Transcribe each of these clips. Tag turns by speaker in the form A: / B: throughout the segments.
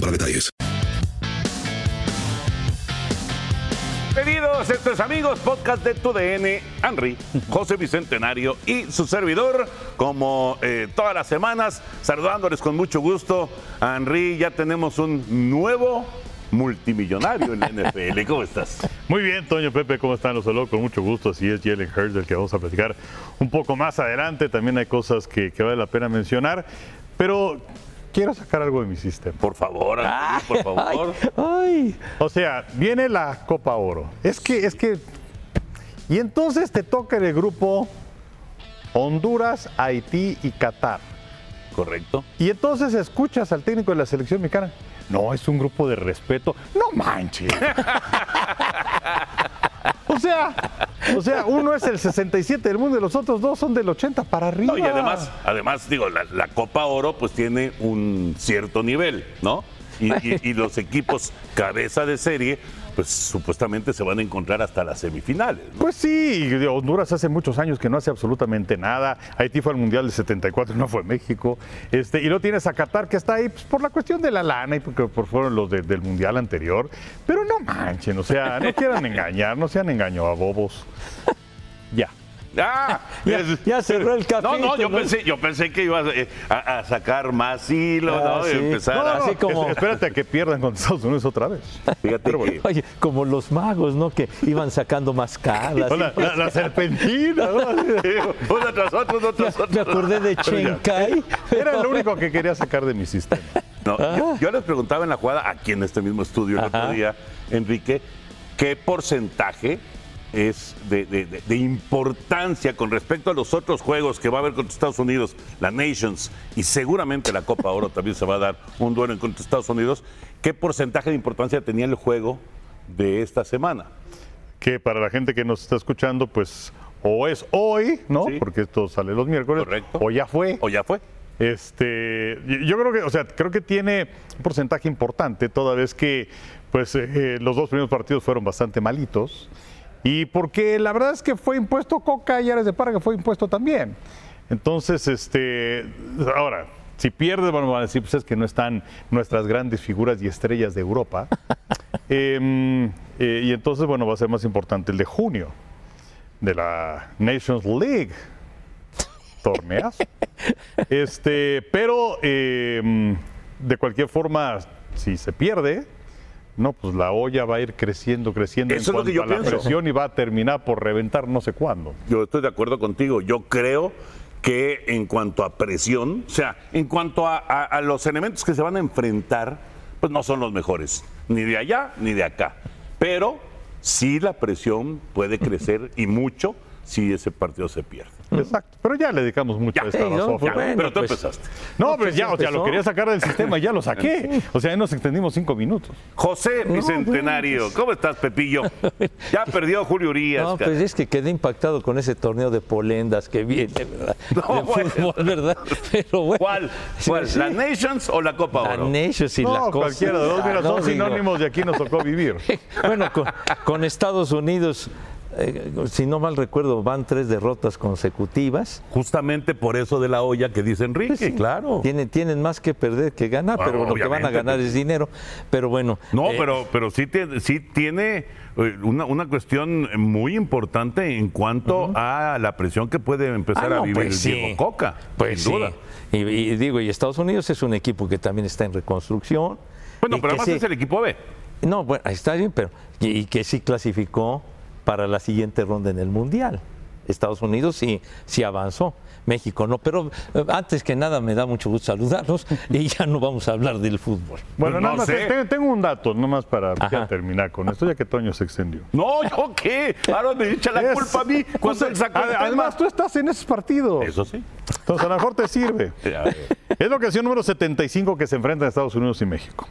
A: para detalles.
B: Bienvenidos, estos amigos, podcast de tu DN, Henry, José Bicentenario y su servidor, como eh, todas las semanas, saludándoles con mucho gusto. Henry, ya tenemos un nuevo multimillonario en la NFL. ¿Cómo estás?
C: Muy bien, Toño Pepe, ¿cómo están los locos? Con mucho gusto, así es Jalen Hurts, del que vamos a platicar un poco más adelante. También hay cosas que, que vale la pena mencionar, pero quiero sacar algo de mi sistema.
B: Por favor, Henry, por favor.
D: Ay,
C: O sea, viene la Copa Oro. Es que, es que. Y entonces te toca en el grupo Honduras, Haití y Qatar.
B: Correcto.
C: Y entonces escuchas al técnico de la selección mexicana. No, es un grupo de respeto. No manches. o sea, o sea, uno es el 67 del mundo y los otros dos son del 80 para arriba.
B: No, y además, además digo, la, la Copa Oro pues tiene un cierto nivel, ¿no? Y, y- y los equipos cabeza de serie, pues supuestamente se van a encontrar hasta las semifinales. ¿no?
C: Pues sí, y de Honduras hace muchos años que no hace absolutamente nada. Haití fue al Mundial del 74, no fue México. Este, y luego tienes a Qatar que está ahí pues, por la cuestión de la lana y porque por fueron los de- del Mundial anterior. Pero no manchen, o sea, no quieran engañar, no sean engaño a bobos. Ya.
B: Ah,
D: Ya-
B: es-
D: ya cerró el
B: No, no, yo
D: capítulo.
B: pensé, yo pensé que ibas eh, a, a sacar más hilo,
D: Ah,
B: ¿no?
D: sí.
B: Y empezar
D: No,
B: a-
D: no, Así como-
C: Es- espérate a que pierdan contra Estados Unidos otra vez.
B: Fíjate
C: Pero bueno.
B: que-
D: oye, como los magos, ¿no? Que iban sacando mascadas.
C: O La, la- la serpentina. ¿no?
B: uno tras otro, uno
D: Me,
B: tras otro.
D: me acordé de Chen Kai.
C: Era lo único que quería sacar de mi sistema.
B: No, yo, yo les preguntaba en la jugada, aquí en este mismo estudio el otro
D: Ajá.
B: día, Enrique, ¿qué porcentaje es de, de- de- de importancia con respecto a los otros juegos que va a haber contra Estados Unidos, la Nations y seguramente la Copa Oro también se va a dar un duelo en contra Estados Unidos? ¿Qué porcentaje de importancia tenía el juego de esta semana?
C: que para la gente que nos está escuchando, pues o es hoy, ¿no?
B: Sí.
C: Porque esto sale los miércoles,
B: Correcto.
C: o ya fue.
B: ¿O ya fue?
C: Este, yo- yo creo que, o sea, creo que tiene un porcentaje importante, toda vez que, pues, eh, eh, los dos primeros partidos fueron bastante malitos. Y porque la verdad es que fue impuesto Coca y Ares de Parga fue impuesto también. Entonces, este, ahora, si pierdes, bueno, van a decir, pues es que no están nuestras grandes figuras y estrellas de Europa. Em, eh, y entonces, bueno, va a ser más importante el de junio, de la Nations League. Torneas. Este, pero eh, de cualquier forma, si se pierde, no, pues la olla va a ir creciendo, creciendo
B: Eso es lo
C: en
B: que yo
C: cuanto a la
B: pienso.
C: presión y va a terminar por reventar no sé cuándo.
B: Yo estoy de acuerdo contigo. Yo creo que en cuanto a presión, o sea, en cuanto a, a- a los elementos que se van a enfrentar, pues no son los mejores, ni de allá ni de acá. Pero sí la presión puede crecer y mucho si ese partido se pierde.
C: Exacto. Pero ya le dedicamos mucho
B: Mm. Ya,
C: a esta
D: sí, ¿no?
C: basofia.
B: Ya,
D: Bueno,
B: pero tú
D: pues.
B: empezaste.
C: No,
D: No,
C: pero
D: pues
C: ya,
D: ya
C: o sea, lo
D: empezó.
C: quería sacar del sistema y ya lo saqué. O sea, ahí nos extendimos cinco minutos.
B: José Bicentenario, ¿cómo estás, Pepillo? Ya perdió Julio Urias.
D: pues. No,
B: cara.
D: pues es que quedé impactado con ese torneo de polendas que viene, ¿verdad?
B: No,
D: de
B: bueno.
D: fútbol, ¿verdad? Pero bueno.
B: ¿Cuál?
D: Sí,
B: ¿Cuál?
D: sí.
B: ¿La Nations o la Copa
D: La
B: Oro?
D: Nations y
C: no,
D: la cosa.
C: cualquiera de dos, mira,
D: Ah,
C: son
D: no, digo,
C: sinónimos de aquí nos tocó vivir.
D: Bueno, con, con Estados Unidos, eh, si no mal recuerdo, van tres derrotas consecutivas.
B: Justamente por eso de la olla que dice Enrique,
D: Pues
B: claro.
D: Tienen, tienen más que perder que ganar,
B: Ah,
D: pero lo que van a
B: Oh. obviamente,
D: ganar es dinero. Pero bueno.
B: No,
D: eh,
B: pero, pero sí, tiene- sí tiene eh, una, una cuestión muy importante en cuanto a la presión que puede empezar a
D: Ah, no,
B: vivir
D: pues
B: el
D: sí.
B: Diego Coca.
D: Pues
B: sin
D: sí.
B: duda.
D: Y, y digo, y Estados Unidos es un equipo que también está en reconstrucción.
B: Bueno,
D: y
B: pero
D: que
B: además
D: sí-
B: es el equipo B.
D: No, bueno, está bien, pero. Y, y que sí clasificó para la siguiente ronda en el Mundial. Estados Unidos sí, sí avanzó, México no. Pero eh, antes que nada, me da mucho gusto saludarlos y ya no vamos a hablar del fútbol.
C: Bueno,
B: Pues
C: nada
B: no
C: más,
B: sé.
C: te- tengo un dato, nomás para ya
D: Ajá.
C: terminar con esto, ya que Toño se extendió.
B: No, ¿yo qué? Ahora me echa la
C: Es-
B: culpa a mí cuando
C: Entonces,
B: él sacó el
C: ad-
B: tema.
C: Además, tú estás en esos partidos.
B: Eso sí.
C: Entonces, a lo mejor te sirve.
B: Eh, a ver.
C: Es la ocasión número 75 que se enfrentan Estados Unidos y México.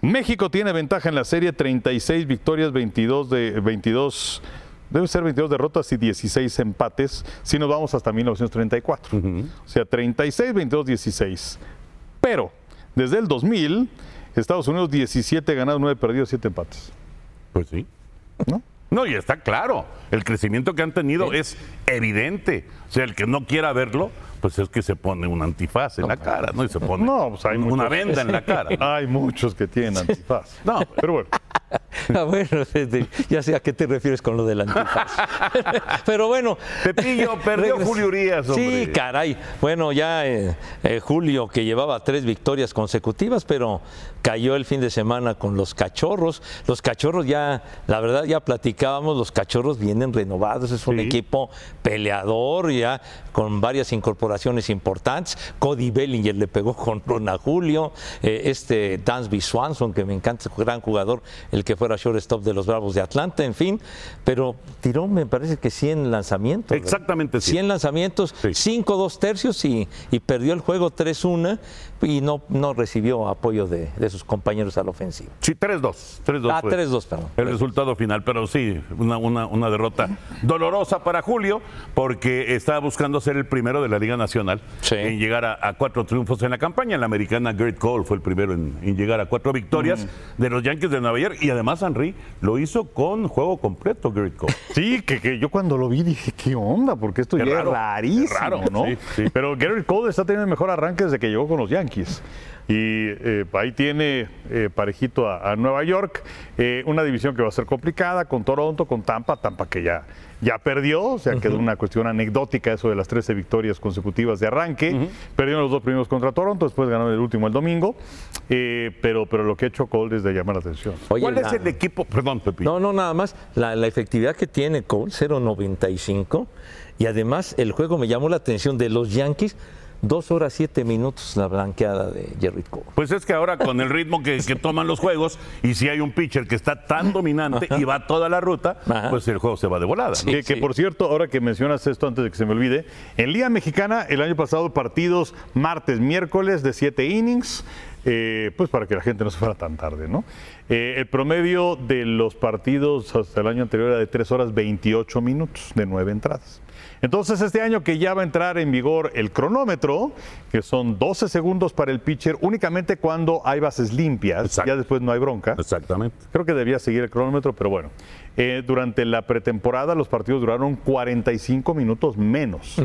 C: México tiene ventaja en la serie 36 victorias, 22 de 22 debe ser 22 derrotas y 16 empates si nos vamos hasta 1934. O sea, 36 22 16. Pero desde el 2000 Estados Unidos 17 ganados, 9 perdidos, 7 empates.
B: Pues sí.
C: ¿No?
B: No, y está claro, el crecimiento que han tenido es evidente. O sea, el que no quiera verlo, pues es que se pone un antifaz en la
D: pues,
B: cara, ¿no? Y se pone
C: No, pues hay
B: una
C: muchos.
B: venda en la cara. ¿no?
C: Hay muchos que tienen antifaz.
B: No. pues,
C: pero bueno.
D: Ah, bueno, este, ya sé a qué te refieres con lo del antifaz. Pero bueno.
B: Pepillo, perdió
D: regres-
B: Julio Urías,
D: Sí,
B: hombre.
D: caray. Bueno, ya eh, eh, Julio, que llevaba tres victorias consecutivas, pero cayó el fin de semana con los cachorros. Los cachorros ya, la verdad, ya platicábamos, los cachorros vienen renovados, es un equipo peleador, ya con varias incorporaciones importantes. Cody Bellinger le pegó con Ron a Julio. eh, este Dansby Swanson, que me encanta, gran jugador, el que fuera shortstop de los Bravos de Atlanta, en fin. Pero tiró, me parece que 100 lanzamientos. ¿verdad?
B: Exactamente, sí.
D: 100 lanzamientos, 5 dos tercios y, y perdió el juego 3-1 y no, no recibió apoyo de, de sus compañeros al ofensivo.
B: Sí, 3-2. 3-2
D: Ah,
B: fue
D: 3-2, perdón.
B: El resultado final, pero sí, una, una- una derrota dolorosa para Julio, porque estaba buscando ser el primero de la Liga Nacional
D: Sí.
B: en llegar a, a cuatro triunfos en la campaña. La americana Gert Cole fue el primero en, en llegar a cuatro victorias
D: Mm.
B: de los Yankees de Nueva York y además Henry lo hizo con juego completo, Gert Cole.
C: Sí, que, que yo cuando lo vi dije, ¿qué onda? Porque esto
B: Qué
C: ya
B: raro,
C: es rarísimo,
B: qué raro,
C: ¿no?
B: sí, sí.
C: Pero Gary Cole está teniendo el mejor arranque desde que llegó con los Yankees. Y eh, ahí tiene eh, parejito a, a Nueva York, eh, una división que va a ser complicada, con Toronto, con Tampa, Tampa que ya, ya perdió, o sea, quedó una cuestión anecdótica eso de las 13 victorias consecutivas de arranque. Perdieron los dos primeros contra Toronto, después ganaron el último el domingo, Eh, pero, pero lo que ha hecho Cole es de llamar la atención.
D: Oye,
B: ¿Cuál es
D: la-
B: el equipo? Perdón, Pepi.
D: No, no, nada más. La, la efectividad que tiene Cole, 0.95. Y además, el juego me llamó la atención de los Yankees. 2 horas 7 minutos la blanqueada de Jerry Cole.
B: Pues es que ahora con el ritmo que, que toman los juegos y si hay un pitcher que está tan dominante y va toda la ruta,
D: Ajá.
B: pues el juego se va de volada. ¿no?
D: Sí.
C: que, que, por cierto, ahora que mencionas esto, antes de que se me olvide, en Liga Mexicana el año pasado partidos martes, miércoles de 7 innings, eh, pues para que la gente no se fuera tan tarde, ¿no? Eh, el promedio de los partidos hasta el año anterior era de 3 horas 28 minutos, de 9 entradas. Entonces, este año que ya va a entrar en vigor el cronómetro, que son 12 segundos para el pitcher, únicamente cuando hay bases limpias,
B: Exacto.
C: ya después no hay bronca.
B: Exactamente.
C: Creo que debía seguir el cronómetro, pero bueno. Eh, durante la pretemporada los partidos duraron 45 minutos menos.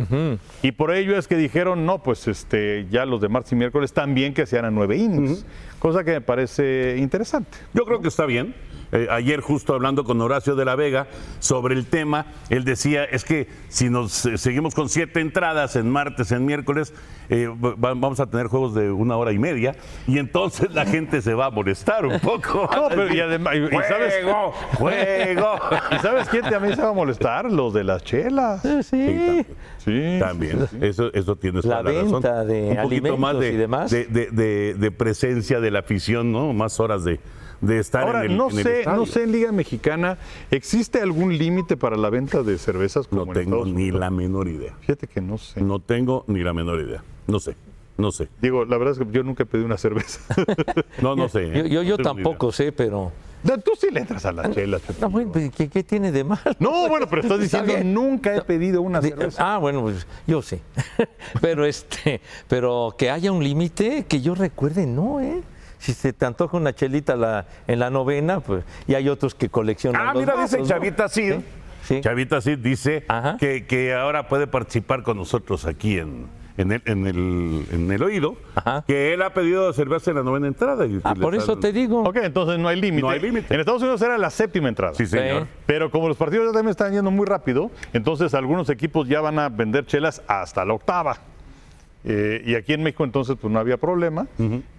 C: Y por ello es que dijeron, no, pues este, ya los de martes y miércoles también que sean a nueve innings. Cosa que me parece interesante.
B: Yo creo que está bien. Eh, ayer justo hablando con Horacio de la Vega sobre el tema, él decía, es que si nos eh, seguimos con siete entradas en martes, en miércoles, eh, va- vamos a tener juegos de una hora y media y entonces la gente se va a molestar un poco.
C: No, pero y además- y- y sabes-
B: Ah, ¡Juego! ¡Juego!
C: ¿Y sabes quién también se va a molestar? Los de las chelas.
D: Sí,
C: Sí.
B: También, eso, eso tienes
D: La
B: toda la razón.
D: venta de
B: Un poquito más
D: alimentos
B: de,
D: y demás.
B: De, de- de- de presencia de la afición, ¿no? Más horas de, de estar
C: Ahora,
B: en el
C: no,
B: en el
C: sé,
B: estadio.
C: no sé en Liga Mexicana, ¿existe algún límite para la venta de cervezas?
B: No
C: Como en
B: tengo
C: Estados
B: ni
C: Unidos?
B: la menor idea.
C: Fíjate que no sé.
B: No tengo ni la menor idea. No sé, no sé.
C: Digo, la verdad es que yo nunca pedí una cerveza.
B: No, no sé. ¿eh?
D: Yo, yo,
B: No tengo
D: yo
B: ni
D: tampoco sé, pero.
C: No, Tú sí le entras a las chelas. Pepe.
D: No, bueno, pues, ¿qué, qué tiene de mal?
C: No, bueno, pero estás
D: Está
C: diciendo
D: bien.
C: nunca he pedido una
D: De-
C: cerveza.
D: ah, bueno, pues yo sí. pero este, pero que haya un límite que yo recuerde, no, ¿eh? Si se te antoja una chelita la- en la novena, pues, y hay otros que coleccionan.
B: Ah,
D: los
B: mira,
D: vasos,
B: dice
D: ¿no?
B: Chavita Cid.
C: ¿eh?
D: Sí, sí.
B: Chavita Cid dice
D: Ajá.
B: que, que ahora puede participar con nosotros aquí en, en, el, en, el, en el oído.
D: Ajá.
B: Que él ha pedido cerveza en la novena entrada. y-
D: Ah,
B: y le
D: por eso
B: están-
D: te digo.
C: Ok, entonces no hay límite.
B: No hay límite.
C: En Estados Unidos era la séptima entrada.
B: Sí, señor.
D: Sí.
C: Pero como los partidos ya también están yendo muy rápido, entonces algunos equipos ya van a vender chelas hasta la octava. Eh, y aquí en México entonces pues no había problema.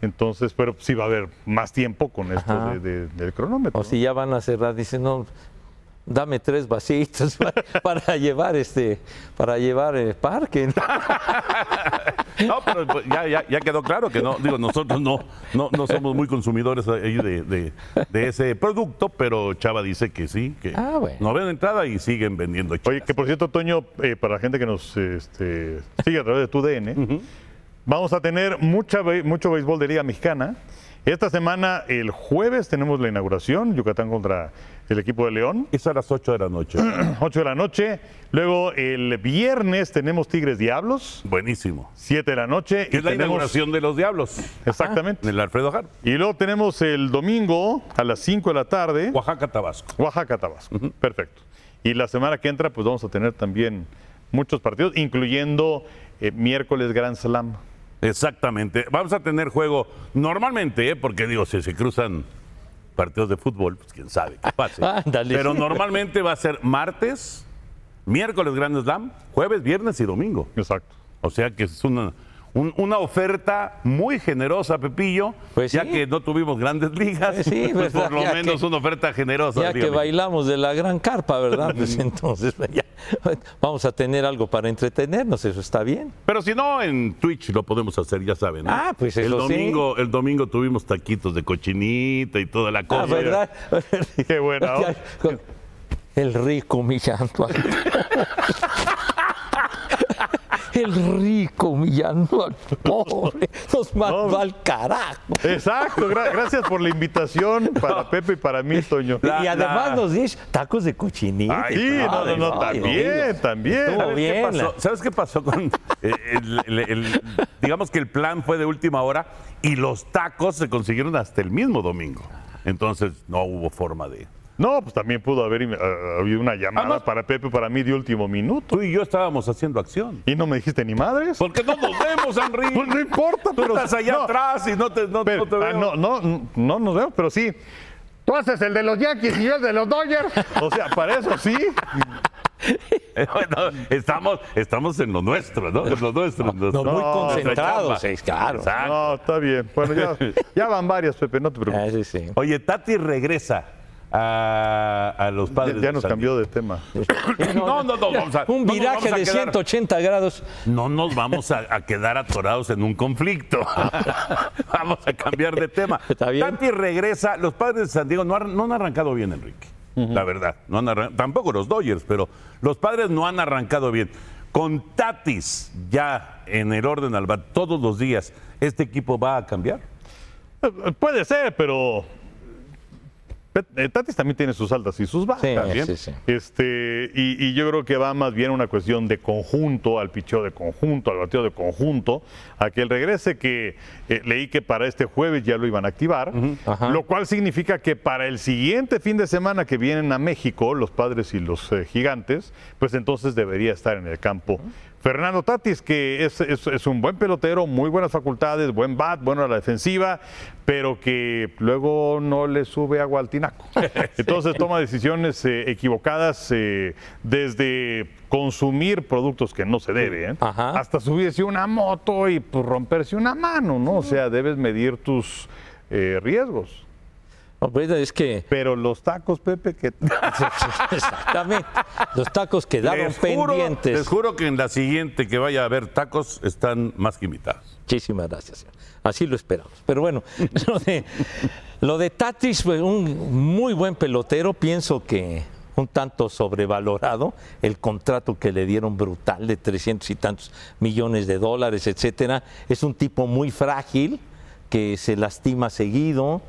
C: Entonces, pero sí va a haber más tiempo con esto
D: Ajá.
C: de- de- del cronómetro.
D: O si ya van a cerrar, dicen, no, dame tres vasitos pa- para, llevar este, para llevar el parque. ¿no?
B: No, pero pues, ya, ya, ya quedó claro que no, digo, nosotros no, no, no somos muy consumidores ahí de, de- de ese producto, pero Chava dice que sí, que
D: Ah, bueno.
B: novena entrada y siguen vendiendo
C: Oye,
B: chelas.
C: que por cierto, Toño, eh, para la gente que nos este, sigue a través de tu DN, Vamos a tener mucha, be- mucho béisbol de Liga Mexicana. Esta semana, el jueves, tenemos la inauguración, Yucatán contra el equipo de León,
B: Es a las 8 de la noche.
C: 8 de la noche. Luego, el viernes, tenemos Tigres Diablos,
B: Buenísimo.
C: 7 de la noche.
B: Que es la
C: tenemos-
B: inauguración de los Diablos.
C: Exactamente.
B: En el Alfredo Jar.
C: Y luego tenemos el domingo a las 5 de la tarde,
B: Oaxaca, Tabasco.
C: Oaxaca, Tabasco. Perfecto. Y la semana que entra, pues vamos a tener también muchos partidos, incluyendo eh, miércoles Grand Slam.
B: Exactamente. Vamos a tener juego normalmente, ¿eh? porque digo, si se cruzan partidos de fútbol, pues quién sabe qué pase.
D: Ándale.
B: Pero normalmente va a ser martes, miércoles Grand Slam, jueves, viernes y domingo.
C: Exacto.
B: O sea que es una, un- una oferta muy generosa, Pepillo,
D: Pues
B: ya
D: sí.
B: que no tuvimos grandes ligas,
D: Pues sí,
B: pues
D: ¿verdad?
B: por lo
D: Ya
B: menos
D: que-
B: una oferta generosa.
D: Ya que
B: dígame.
D: bailamos de la gran carpa, ¿verdad? Pues entonces ya, vamos a tener algo para entretenernos, eso está bien.
B: Pero si no, en Twitch lo podemos hacer, ya saben. ¿no?
D: Ah, pues
B: el
D: eso sí.
B: domingo, El domingo tuvimos taquitos de cochinita y toda la cosa.
D: Ah, ¿verdad?
C: Qué buena onda.
D: El rico humillando al El rico humillando al pobre. Nos mandó al carajo.
C: Exacto, gra- gracias por la invitación para Pepe y para mí, Toño.
B: La-
D: y además nos dice tacos de cochinita.
C: Sí, no, no, no,
D: Ay,
C: también, también.
D: Estuvo
B: ¿Sabes qué
D: bien.
B: pasó? ¿Sabes qué pasó con eh, el- el- el- digamos que el plan fue de última hora y los tacos se consiguieron hasta el mismo domingo. Entonces no hubo forma de.
C: No, pues también pudo haber eh, habido una llamada
B: Además-
C: para Pepe y para mí de último minuto.
B: Tú y yo estábamos haciendo acción.
C: Y no me dijiste ni madres.
D: Pues,
B: ¿Por qué no nos vemos, Henry?
C: Pues no importa,
B: Tú
C: pero-
B: estás allá
C: no.
B: atrás y no te, no,
C: Pero-
B: no te
C: ah,
B: veo.
C: no, no, no, no nos vemos, pero sí. Tú haces el de los Yankees y yo el de los Dodgers. O sea, para eso sí.
B: Bueno, estamos, estamos en lo nuestro, ¿no? En lo nuestro. en lo-
D: No, muy
C: No,
D: concentrados,
B: nuestra
D: es claro.
B: Exacto.
C: No, está bien. Bueno, ya, ya van varias, Pepe, no te
D: Ah,
C: preocupes.
D: sí, sí.
B: Oye, Tati regresa a, a los
C: Ya,
B: padres.
C: ya
B: de
C: nos
B: San
C: cambió de tema.
B: No, no, no, vamos a-
D: Un
B: no nos
D: viraje
B: vamos a
D: de
B: quedar.
D: 180 grados.
B: no nos vamos a, a quedar atorados en un conflicto. vamos a cambiar de tema.
D: Está bien.
B: Tati regresa. Los padres de San Diego no, han- no han arrancado bien, Enrique. La verdad. No han arran- Tampoco los Dodgers, pero los padres no han arrancado bien. Con Tatis ya en el orden al bat todos los días, ¿este equipo va a cambiar?
C: Eh, Puede ser, pero Pet- eh, Tatis también tiene sus altas y sus bajas.
D: Sí,
C: bien.
D: sí, sí.
C: Este, y, y yo creo que va más bien una cuestión de conjunto, al picheo de conjunto, al bateo de conjunto, a que él regrese, que eh, leí que para este jueves ya lo iban a activar,
D: Ajá.
C: lo cual significa que para el siguiente fin de semana que vienen a México, los padres y los eh, gigantes, pues entonces debería estar en el campo. Fernando Tatis, que es, es- es un buen pelotero, muy buenas facultades, buen bat, bueno a la defensiva, pero que luego no le sube agua al tinaco. Entonces toma decisiones eh, equivocadas eh, desde consumir productos que no se deben,
D: Ajá.
C: hasta subirse una moto y pues, romperse una mano, ¿no? O sea, debes medir tus eh, riesgos.
D: Hombre, es que
C: Pero los tacos, Pepe, que...
D: exactamente los tacos quedaron pendientes.
B: les juro que en la siguiente que vaya a haber tacos están más que invitados.
D: Muchísimas gracias. señor. Así lo esperamos. Pero bueno, lo de, lo de Tatis, pues, un muy buen pelotero, pienso que un tanto sobrevalorado, el contrato que le dieron brutal de 300 y tantos millones de dólares, etcétera, es un tipo muy frágil, que se lastima seguido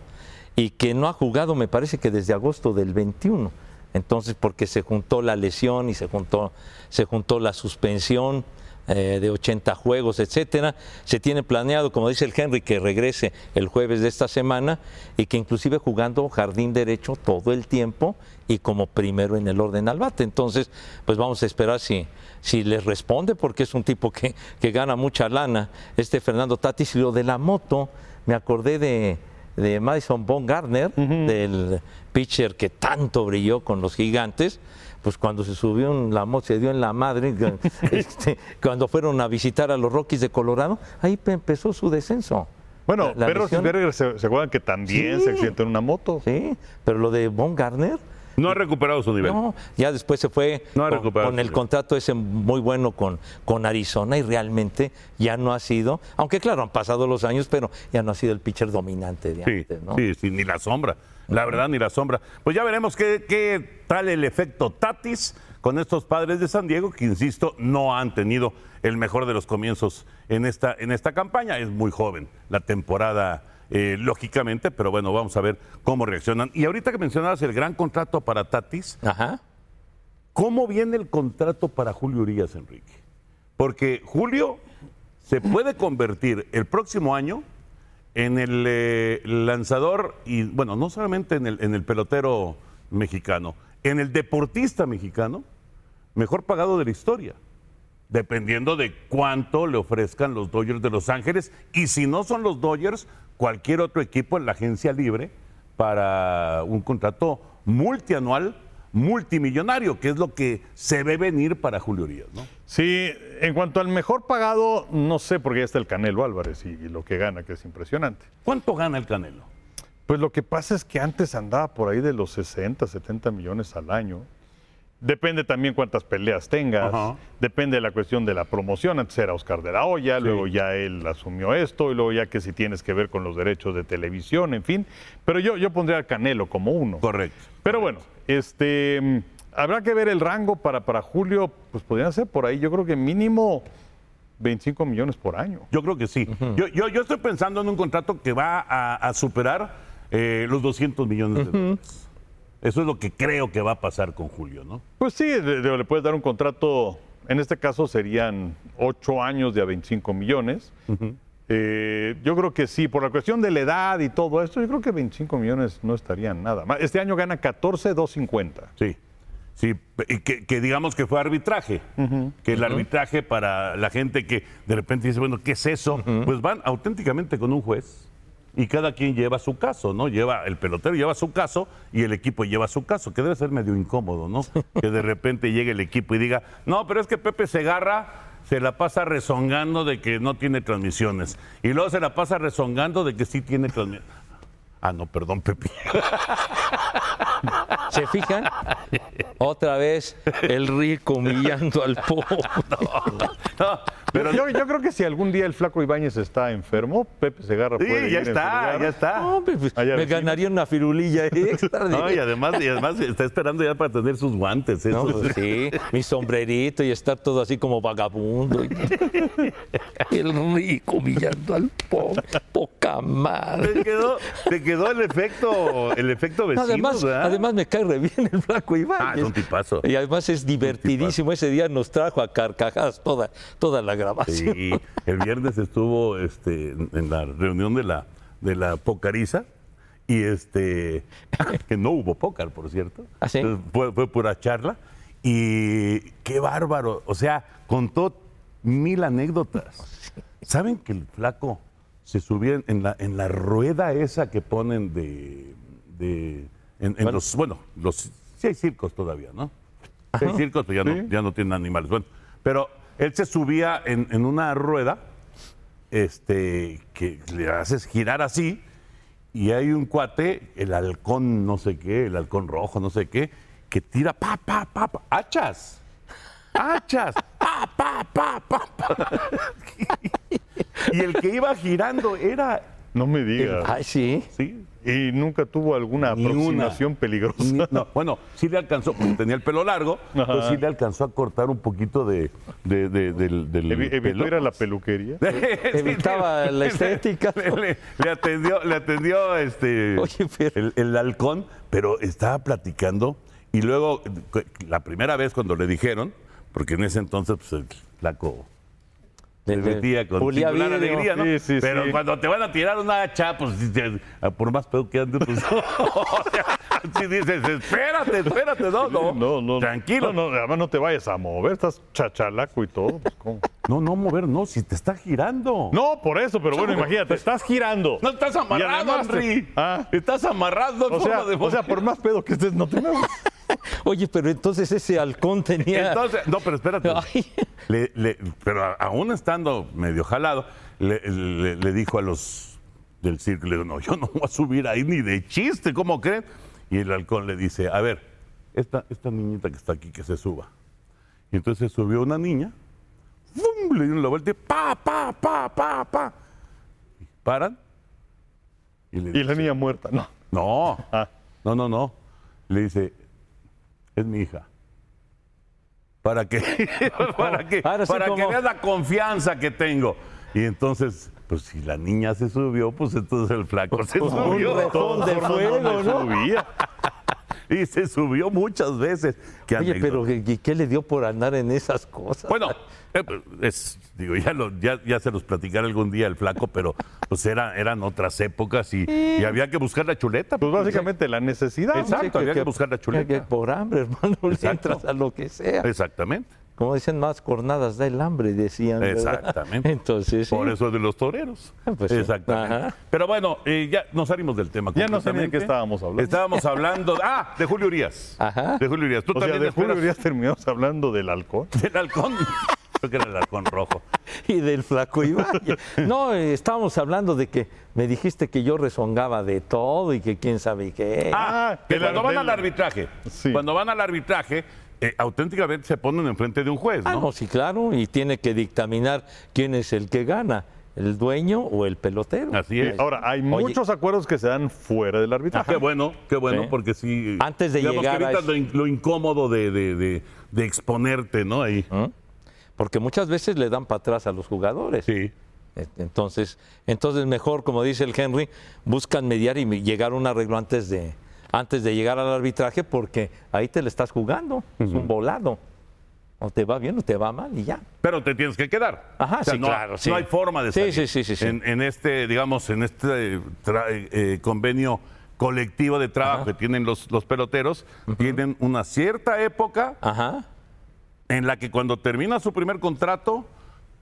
D: y que no ha jugado, me parece que desde agosto del 21. Entonces, porque se juntó la lesión y se juntó, se juntó la suspensión eh, de 80 juegos, etcétera. Se tiene planeado, como dice el Henry, que regrese el jueves de esta semana y que inclusive jugando jardín derecho todo el tiempo y como primero en el orden al bate. Entonces, pues vamos a esperar si, si les responde, porque es un tipo que, que gana mucha lana, este Fernando Tatis. Y lo de la moto, me acordé de, de Madison Baumgartner, del pitcher que tanto brilló con los gigantes, pues cuando se subió en la moto, se dio en la madre, este, cuando fueron a visitar a los Rockies de Colorado, ahí pe- empezó su descenso.
C: Bueno,
D: La- la
C: Perro
D: lesión-
C: Roethlisberger, ¿se, se acuerdan que también
D: Sí.
C: se accidentó en una moto?
D: Sí, pero lo de Baumgartner,
B: No ha recuperado su nivel.
D: no, ya después se fue
B: No ha
D: con,
B: recuperado
D: con
B: su
D: el
B: nivel.
D: contrato ese muy bueno con, con Arizona y realmente ya no ha sido, aunque claro, han pasado los años, pero ya no ha sido el pitcher dominante de
B: Sí,
D: antes, ¿no?
B: sí, sí, ni la sombra. La verdad, ni la sombra. Pues ya veremos qué, qué tal el efecto Tatis con estos padres de San Diego que, insisto, no han tenido el mejor de los comienzos en esta, en esta campaña. Es muy joven la temporada, eh, lógicamente, pero bueno, vamos a ver cómo reaccionan. Y ahorita que mencionabas el gran contrato para Tatis,
D: Ajá.
B: ¿Cómo viene el contrato para Julio Urias, Enrique? Porque Julio se puede convertir el próximo año en el eh, lanzador y, bueno, no solamente en el, en el pelotero mexicano, en el deportista mexicano mejor pagado de la historia, dependiendo de cuánto le ofrezcan los Dodgers de Los Ángeles y si no son los Dodgers, cualquier otro equipo en la agencia libre para un contrato multianual, multimillonario, que es lo que se ve venir para Julio Urias, ¿no?
C: Sí, en cuanto al mejor pagado, no sé, porque ya está el Canelo Álvarez y, y lo que gana, que es impresionante.
B: ¿Cuánto gana el Canelo?
C: Pues lo que pasa es que antes andaba por ahí de los 60, 70 millones al año. Depende también cuántas peleas tengas,
B: Ajá.
C: depende de la cuestión de la promoción. Antes era Oscar de la Hoya, luego ya él asumió esto, y luego ya que si tienes que ver con los derechos de televisión, en fin. Pero yo, yo pondría al Canelo como uno.
B: Correcto.
C: Pero bueno, este mm, habrá que ver el rango para, para julio, pues podrían ser por ahí, yo creo que mínimo 25 millones por año.
B: Yo creo que sí. yo, yo, yo estoy pensando en un contrato que va a, a superar eh, los 200 millones de dólares. Eso es lo que creo que va a pasar con Julio, ¿no?
C: Pues sí, le, le- le puedes dar un contrato, en este caso serían 8 años de a 25 millones. Eh, yo creo que sí, por la cuestión de la edad y todo esto, yo creo que 25 millones no estarían nada más. Este año gana 14, 250.
B: Sí. Sí, pe- y que, que digamos que fue arbitraje, que el arbitraje para la gente que de repente dice, bueno, ¿qué es eso? Pues van auténticamente con un juez y cada quien lleva su caso, ¿no? Lleva, el pelotero lleva su caso y el equipo lleva su caso, que debe ser medio incómodo, ¿no? Que de repente llegue el equipo y diga, no, pero es que Pepe Segarra se la pasa rezongando de que no tiene transmisiones y luego se la pasa rezongando de que sí tiene transmisiones. Ah, no, perdón, Pepe.
D: ¿Se fijan? Otra vez el rico humillando al pobre.
B: No, pero
C: yo, yo creo que si algún día el flaco Ibáñez está enfermo, Pepe Segarra
B: Sí,
C: puede ir
B: ya
C: en su
B: está,
C: lugar.
B: ya está.
D: Hombre, pues,
C: Allá
D: me
C: decimos.
D: ganaría una firulilla extra.
B: No, y además, y además está esperando ya para tener sus guantes.
D: No,
B: eso.
D: pues sí, mi sombrerito y estar todo así como vagabundo. y- el rico humillando al pobre, poca madre.
B: Te quedó, te quedó el efecto, el efecto vecino,
D: además,
B: ¿verdad?
D: además me cae re bien el flaco Ibáñez.
B: Ah, es un tipazo.
D: Y además es divertidísimo. Ese día nos trajo a carcajadas toda, toda la grabación.
B: Sí, el viernes estuvo este, en la reunión de la, de la Pocariza y este que no hubo pócar, por cierto.
D: ¿Ah, sí?
B: Entonces, fue, fue pura charla y qué bárbaro, o sea, contó mil anécdotas. ¿Saben que el flaco se subía en la, en la rueda esa que ponen de, de- en, en los, bueno, los sí hay circos todavía, ¿no? Sí hay circos, pero ya, no, ya no tienen animales. Bueno, pero él se subía en, en una rueda este, que le haces girar así y hay un cuate, el halcón no sé qué, el halcón rojo no sé qué, que tira pa, pa, pa, pa, hachas. Hachas, pa, pa, pa, pa, pa. Y el que iba girando era,
C: No me digas.
D: Ay, sí.
B: sí,
C: Y nunca tuvo alguna
B: Ni una.
C: aproximación peligrosa.
B: Ni- no, bueno, sí le alcanzó, porque tenía el pelo largo, pero sí le alcanzó a cortar un poquito de, de- de- del, del
C: Evi- evitó
B: pelo.
C: ir a la peluquería.
B: Sí, sí,
D: Evitaba
B: le-
D: la estética.
B: Le, le- le atendió, le atendió este
D: Oye, pero-
B: el, el halcón, pero estaba platicando y luego cu- la primera vez cuando le dijeron, porque en ese entonces pues, el flaco se metía con
D: Pulía
B: singular
D: vidrio.
B: alegría, ¿no?
C: Sí, sí,
B: pero
C: sí.
B: cuando te van a tirar una hacha, pues sí, te- ah, por más pedo que andes, pues o sea, si dices, espérate, espérate, no, no,
C: No, no.
B: tranquilo,
C: No, no, además no te vayas a mover, estás chachalaco y todo. pues, ¿cómo?
B: no, no mover, no, si te está girando.
C: No, por eso, pero bueno, imagínate, estás girando.
B: No estás
C: Y
B: amarrado,
C: además te-
B: Henry.
C: Ah.
B: Estás amarrado.
C: O sea, o sea, por más pedo que estés, no te muevas.
D: Oye, pero entonces ese halcón tenía.
B: Entonces, no, pero espérate.
D: Ay.
B: Le- le- pero a- aún estando medio jalado, le, le- le dijo a los del circo, le dijo, no, yo no voy a subir ahí ni de chiste, ¿cómo creen? Y el halcón le dice, a ver, esta, esta niñita que está aquí, que se suba. Y entonces subió una niña, ¡fum! le dieron la vuelta y pa, pa, pa, pa, pa. Y paran. Y le
C: Y la niña muerta, no.
B: No,
C: Ah.
B: no, no, no. Le dice, es mi hija. para que, para que,
D: ahora sí
B: para que
D: como-
B: veas la confianza que tengo. Y entonces, pues si la niña se subió, pues entonces el flaco se subió.
D: retón de fuego, ¿no?
C: Subía. Pues,
B: Y se subió muchas veces. Qué
D: Oye,
B: anécdota.
D: pero ¿y ¿qué, le dio por andar en esas cosas?
B: Bueno, eh, es- digo, ya, lo- ya, ya se los platicaré algún día el flaco, pero pues era, eran otras épocas y, y había que buscar la chuleta.
C: Pues básicamente la necesidad.
B: Exacto. había que buscar la chuleta.
D: que por hambre, hermano, le
B: Exacto.
D: entras a lo que sea.
B: Exactamente.
D: Como dicen, más cornadas da el hambre, decían. ¿verdad?
B: Exactamente.
D: Entonces, sí.
B: Por eso de los toreros.
D: Ah, pues sí.
B: Exactamente.
D: Ajá.
B: Pero bueno, eh, ya nos salimos del tema.
C: Ya no sé ni de qué
B: completamente.
C: estábamos hablando.
B: Estábamos hablando. Ah, de Julio Urias.
D: Ajá.
B: De Julio Urias. Tú
C: O sea,
B: también
C: de Julio
B: esperas
C: Urias terminamos hablando del alcohol.
B: Del halcón. Creo que era el halcón rojo.
D: y del flaco Iván. No, eh, estábamos hablando de que me dijiste que yo rezongaba de todo y que quién sabe qué.
B: Ah,
C: Ah,
B: que
C: del-
B: cuando van
C: del-
B: al arbitraje.
C: Sí.
B: Cuando van al arbitraje, eh, auténticamente se ponen enfrente de un juez,
D: Ah,
B: ¿no?
D: no, sí, claro, y tiene que dictaminar quién es el que gana, el dueño o el pelotero.
B: Así es.
C: Ahora, hay
D: Oye.
C: muchos acuerdos que se dan fuera del
B: Ah,
C: arbitraje.
B: qué bueno, qué bueno,
D: Sí.
B: porque sí.
D: Antes de
B: digamos
D: llegar
B: que
D: a
B: evitas
D: eso.
B: lo, in- lo incómodo de, de- de- de exponerte, ¿no? Ahí.
D: Porque muchas veces le dan para atrás a los jugadores.
B: Sí.
D: Eh, Entonces, entonces mejor, como dice el Henry, buscan mediar y me- llegar a un arreglo antes de, antes de llegar al arbitraje, porque ahí te le estás jugando, es un volado. O te va bien o te va mal y ya.
B: Pero te tienes que quedar.
D: Ajá, sí,
B: no,
D: claro, sí.
B: No hay forma de
D: Sí,
B: salir.
D: sí, sí, sí, sí.
B: En, en este, digamos, en este tra- eh, convenio colectivo de trabajo que tienen los, los peloteros, tienen una cierta época
D: Ajá.
B: en la que cuando termina su primer contrato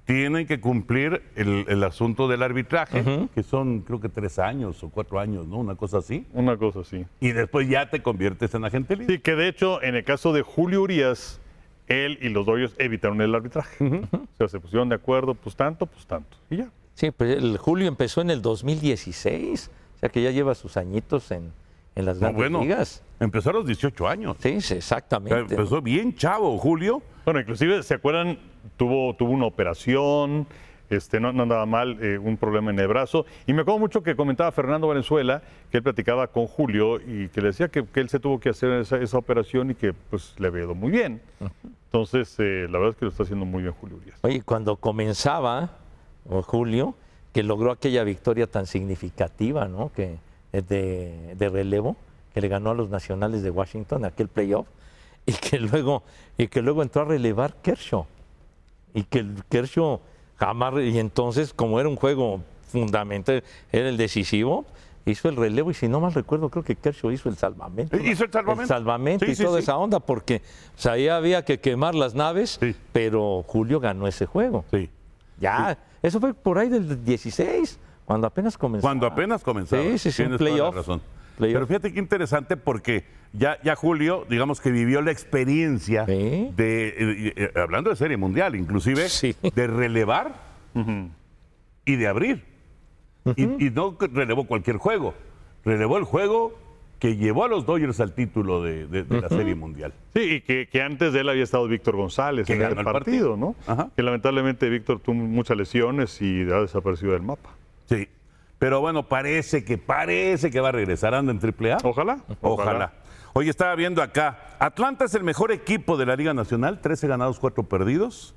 B: tienen que cumplir el, el asunto del arbitraje, que son creo que tres años o cuatro años, ¿no? Una cosa así.
C: Una cosa así.
B: Y después ya te conviertes en agente libre.
C: Sí, que de hecho, en el caso de Julio Urias, él y los Dodgers evitaron el arbitraje. O sea, se pusieron de acuerdo, pues tanto, pues tanto. Y ya.
D: Sí, pues el Julio empezó en el 2016, o sea que ya lleva sus añitos en, en las
B: No,
D: grandes ligas.
B: empezó a los 18 años.
D: Sí, sí,
B: O sea,
D: exactamente.
B: empezó bien chavo, Julio.
C: Bueno, inclusive, ¿se acuerdan? Tuvo, tuvo una operación, este, no, no andaba mal, eh, un problema en el brazo. Y me acuerdo mucho que comentaba Fernando Valenzuela, que él platicaba con Julio y que le decía que, que él se tuvo que hacer esa, esa operación y que pues le había ido muy bien. Entonces, eh, la verdad es que lo está haciendo muy bien Julio Urias.
D: Oye, cuando comenzaba, o Julio, que logró aquella victoria tan significativa, ¿no? Que es de, de relevo, que le ganó a los nacionales de Washington aquel playoff, y que luego, y que luego entró a relevar Kershaw. Y que el Kershaw jamás, re- y entonces, como era un juego fundamental, era el decisivo, hizo el relevo, y si no mal recuerdo, creo que Kershaw hizo el salvamento.
B: Eh, hizo el salvamento.
D: salvamento
B: Sí,
D: y
B: sí,
D: toda
B: sí.
D: esa onda, porque o sea, ahí había que quemar las naves,
B: Sí.
D: pero Julio ganó ese juego.
B: Sí.
D: Ya, eso fue por ahí del 16, cuando apenas comenzó.
B: Cuando apenas comenzaba.
D: Sí, sí, sí, un
B: Tienes toda la
D: playoff.
B: razón.
D: Playoff.
B: Pero fíjate qué interesante porque ya, ya Julio, digamos que vivió la experiencia
D: Sí.
B: de, eh, eh, eh, hablando de Serie Mundial, inclusive,
D: Sí.
B: de relevar y de abrir. y, y no que relevó cualquier juego, relevó el juego que llevó a los Dodgers al título de, de- de la Serie Mundial.
C: Sí, y que, que antes de él había estado Víctor González
B: Que
C: en
B: ganó
C: el
B: el
C: partido,
B: partido.
C: ¿no?
B: Ajá.
C: Que lamentablemente Víctor tuvo muchas lesiones y ha desaparecido del mapa.
B: Sí. Pero bueno, parece que, parece que va a regresar. Anda en AAA.
C: Ojalá.
B: Ojalá. Hoy estaba viendo acá, Atlanta es el mejor equipo de la Liga Nacional, 13 ganados, 4 perdidos.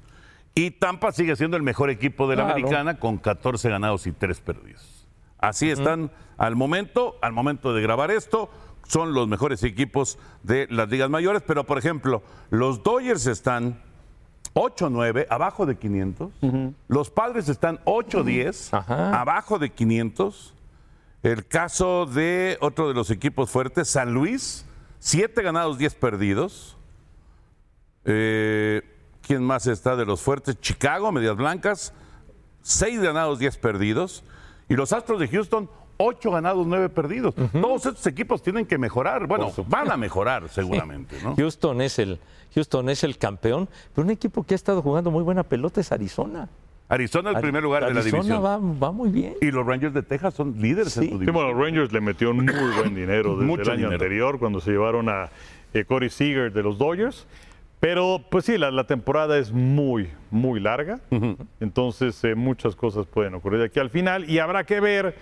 B: Y Tampa sigue siendo el mejor equipo de la
D: Claro.
B: Americana con 14 ganados y 3 perdidos. Así están al momento, al momento de grabar esto, son los mejores equipos de las ligas mayores, pero por ejemplo, los Dodgers están 8-9, abajo de 500. Los Padres están 8-10,
D: Ajá.
B: abajo de 500. El caso de otro de los equipos fuertes, San Luis, 7 ganados, 10 perdidos. Eh, ¿Quién más está de los fuertes? Chicago, Medias Blancas, 6 ganados, 10 perdidos. Y los Astros de Houston, 8 ganados, 9 perdidos. Todos estos equipos tienen que mejorar. Bueno, van a mejorar seguramente, ¿no?
D: Houston es el Houston es el campeón, pero un equipo que ha estado jugando muy buena pelota es Arizona.
B: Arizona es el primer lugar de la
D: Arizona
B: división.
D: va, va muy bien.
B: Y los Rangers de Texas son líderes
D: Sí.
B: en su
C: Sí,
B: división.
C: bueno, los Rangers le metió un muy buen dinero desde
B: Mucho
C: el año
B: dinero.
C: anterior cuando se llevaron a eh, Corey Seager de los Dodgers. Pero, pues sí, la, la temporada es muy, muy larga. Entonces, eh, muchas cosas pueden ocurrir de aquí al final. Y habrá que ver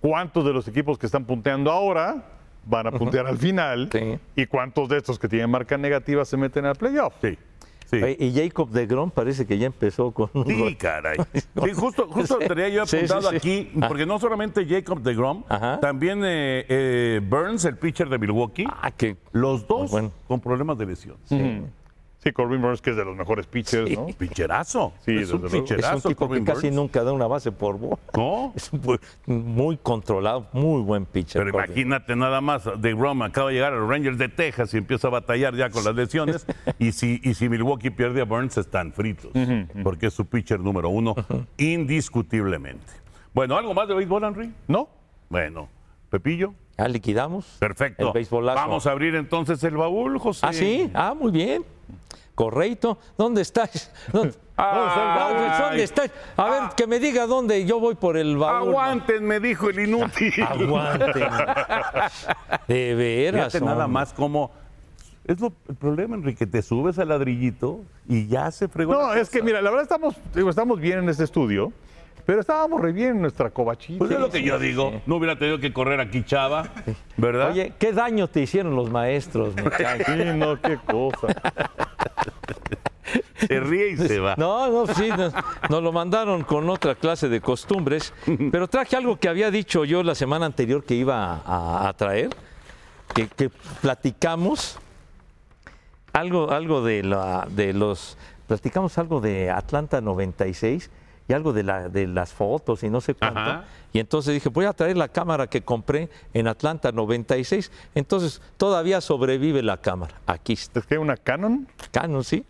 C: cuántos de los equipos que están punteando ahora van a puntear al final.
D: Sí.
C: Y cuántos de estos que tienen marca negativa se meten al playoff.
B: Sí. Sí.
D: Oye, Y Jacob de Grom parece que ya empezó con un
B: Sí,
D: gol.
B: caray. Sí, justo, justo
D: Sí,
B: tenía yo
D: sí, sí,
B: apuntado
D: sí. Ah.
B: aquí, porque no solamente Jacob de Grom,
D: Ajá.
B: también eh, eh, Burns, el pitcher de Milwaukee,
D: Ah, que
B: los dos
D: bueno.
B: con problemas de lesión.
C: Sí, Corbin Burns, que es de los mejores pitchers,
D: Sí.
C: ¿no?
B: Picherazo.
C: Sí,
B: es un
C: desde luego.
D: es
B: picherazo.
D: un tipo que
B: Corbin
D: casi
B: Burns.
D: nunca da una base por bola.
B: No.
D: Es un buen- muy controlado, muy buen pitcher.
B: Pero
D: Corbin.
B: imagínate nada más, De Grom acaba de llegar a los Rangers de Texas y empieza a batallar ya con las lesiones. y, si, y si Milwaukee pierde a Burns, están fritos, porque es su pitcher número uno, indiscutiblemente. Bueno, ¿algo más de béisbol, Henry?
C: ¿No?
B: Bueno, Pepillo,
D: Ya liquidamos.
B: perfecto.
D: El beisbolazo.
B: Vamos a abrir entonces el baúl, José.
D: Ah, sí. Ah, muy bien. Correcto. ¿Dónde estás? ¿Dónde,
B: Ah,
D: ¿Dónde-
B: ay.
D: dónde estás? A ver, que me diga dónde. Yo voy por el baúl.
B: Aguanten, me dijo el inútil.
D: Aguanten. De veras.
B: Fíjate nada
D: hombre.
B: más como... Es lo- el problema, Enrique, te subes al ladrillito y ya se fregó.
C: No,
B: la
C: es que
B: cosa.
C: mira, la verdad estamos, digo, estamos bien en este estudio, pero estábamos re bien en nuestra covachita.
B: Pues es lo que yo digo. No hubiera tenido que correr aquí, Chava, ¿verdad?
D: Oye, ¿qué daño te hicieron los maestros, muchachos?
C: Sí, no, qué cosa.
B: se ríe y se va.
D: No, no, sí, no- nos, lo mandaron con otra clase de costumbres, pero traje algo que había dicho yo la semana anterior que iba a, a traer, que, que platicamos algo, algo de, la, de los, platicamos algo de Atlanta 96 y algo de, la, de las fotos y no sé cuánto.
B: Ajá.
D: Y entonces dije, voy a traer la cámara que compré en Atlanta 96. Entonces todavía sobrevive la cámara. Aquí está.
C: Es que hay una Canon.
D: Canon, ¿sí?